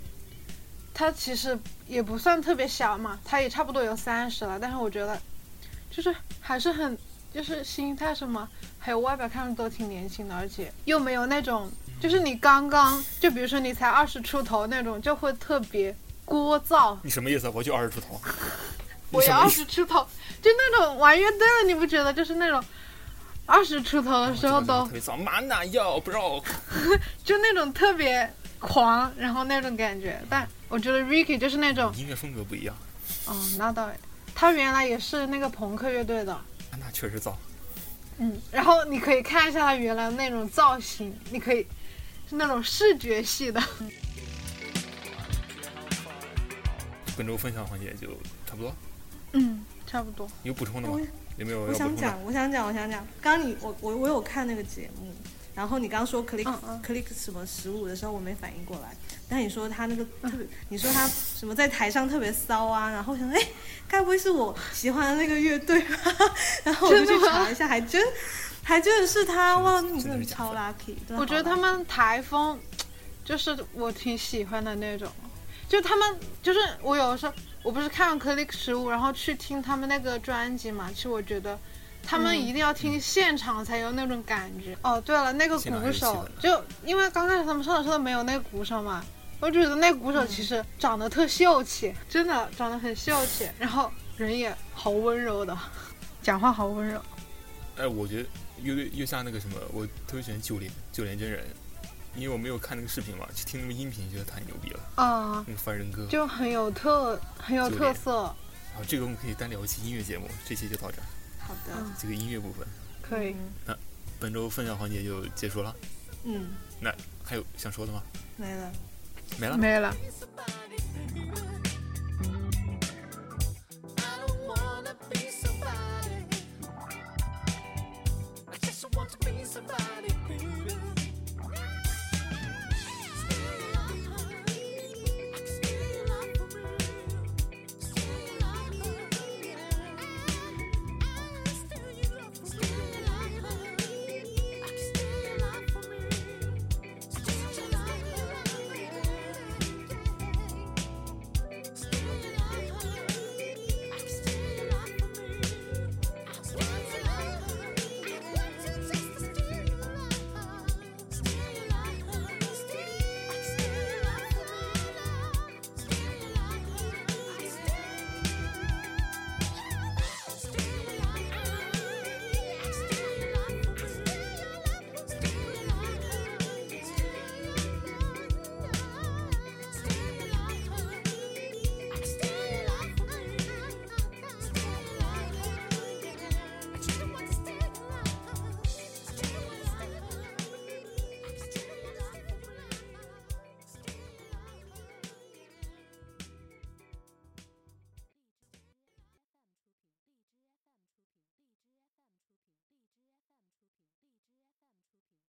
Speaker 1: 他其实也不算特别小嘛，他也差不多有三十了，但是我觉得就是还是很就是心态什么，还有外表看着都挺年轻的，而且又没有那种就是你刚刚就比如说你才二十出头那种，就会特别聒噪。
Speaker 2: 你什么意思啊？我就二十出头。你
Speaker 1: 我
Speaker 2: 什
Speaker 1: 也
Speaker 2: 么
Speaker 1: 二
Speaker 2: 意思
Speaker 1: 十出头，就那种玩乐队的，你不觉得就是那种二十出头的时候
Speaker 2: 我知道
Speaker 1: 都
Speaker 2: 特别早，妈那要 bro，
Speaker 1: 就那种特别狂，然后那种感觉。但我觉得 Ricky 就是那种，
Speaker 2: 音乐风格不一样，
Speaker 1: 哦，那倒也，他原来也是那个朋克乐队的，
Speaker 2: 那确实早。
Speaker 1: 嗯，然后你可以看一下他原来那种造型，你可以是那种视觉系的。
Speaker 2: 本周分享环节就差不多，
Speaker 1: 嗯，差不多。
Speaker 2: 有补充的吗？有没有
Speaker 3: 嗯我
Speaker 2: 要补
Speaker 3: 想
Speaker 2: 充的？
Speaker 3: 讲，我想讲，我想讲。刚刚你我我我有看那个节目，然后你刚刚说 click、
Speaker 1: 嗯嗯
Speaker 3: click 什么食物的时候，我没反应过来。但你说他那个特别，你说他什么在台上特别骚啊，然后我想哎，该不会是我喜欢的那个乐队吧？ 然后我就去
Speaker 1: 真的吗
Speaker 3: 查一下，还真还真的是他哇！
Speaker 2: 真的
Speaker 3: 你
Speaker 2: 是
Speaker 3: 真的
Speaker 2: 假
Speaker 3: 超
Speaker 2: 粉
Speaker 3: lucky，真的
Speaker 1: 我觉得他
Speaker 3: 好 lucky
Speaker 1: 们台风，就是我挺喜欢的那种，就他们就是我有的时候我不是看完 Click 食物，然后去听他们那个专辑嘛，其实我觉得。他们
Speaker 3: 嗯
Speaker 1: 一定要听现场才有那种感觉。哦，对了，那个
Speaker 2: 嗯现场还
Speaker 1: 鼓
Speaker 2: 是
Speaker 1: 手
Speaker 2: 气
Speaker 1: 就因为刚开始他们上的时候没有那个鼓手嘛，我觉得那鼓手其
Speaker 2: 嗯
Speaker 1: 实长得特秀气，真的长得很秀气，然后人也好温柔的，讲话好温柔。
Speaker 2: 哎，我觉得乐队月下那个什么，我特别喜欢九连九连真人，因为我没有看那个视频嘛，去听那个音频，觉得太牛逼了，
Speaker 1: 啊、
Speaker 2: 那个凡人歌。
Speaker 1: 就很有特很有
Speaker 2: 就
Speaker 1: 特
Speaker 2: 脸
Speaker 1: 色，
Speaker 2: 然后这个我们可以单聊一期音乐节目，这期就到这儿，
Speaker 3: 好的，
Speaker 2: 这个音乐部分，
Speaker 1: 可以。
Speaker 2: 本周分享环节就结束了。
Speaker 3: 嗯，
Speaker 2: 那还有想说的吗？
Speaker 3: 没了。
Speaker 2: 没了。
Speaker 1: 没了。
Speaker 4: I don't wanna be somebody. I just want to be somebody.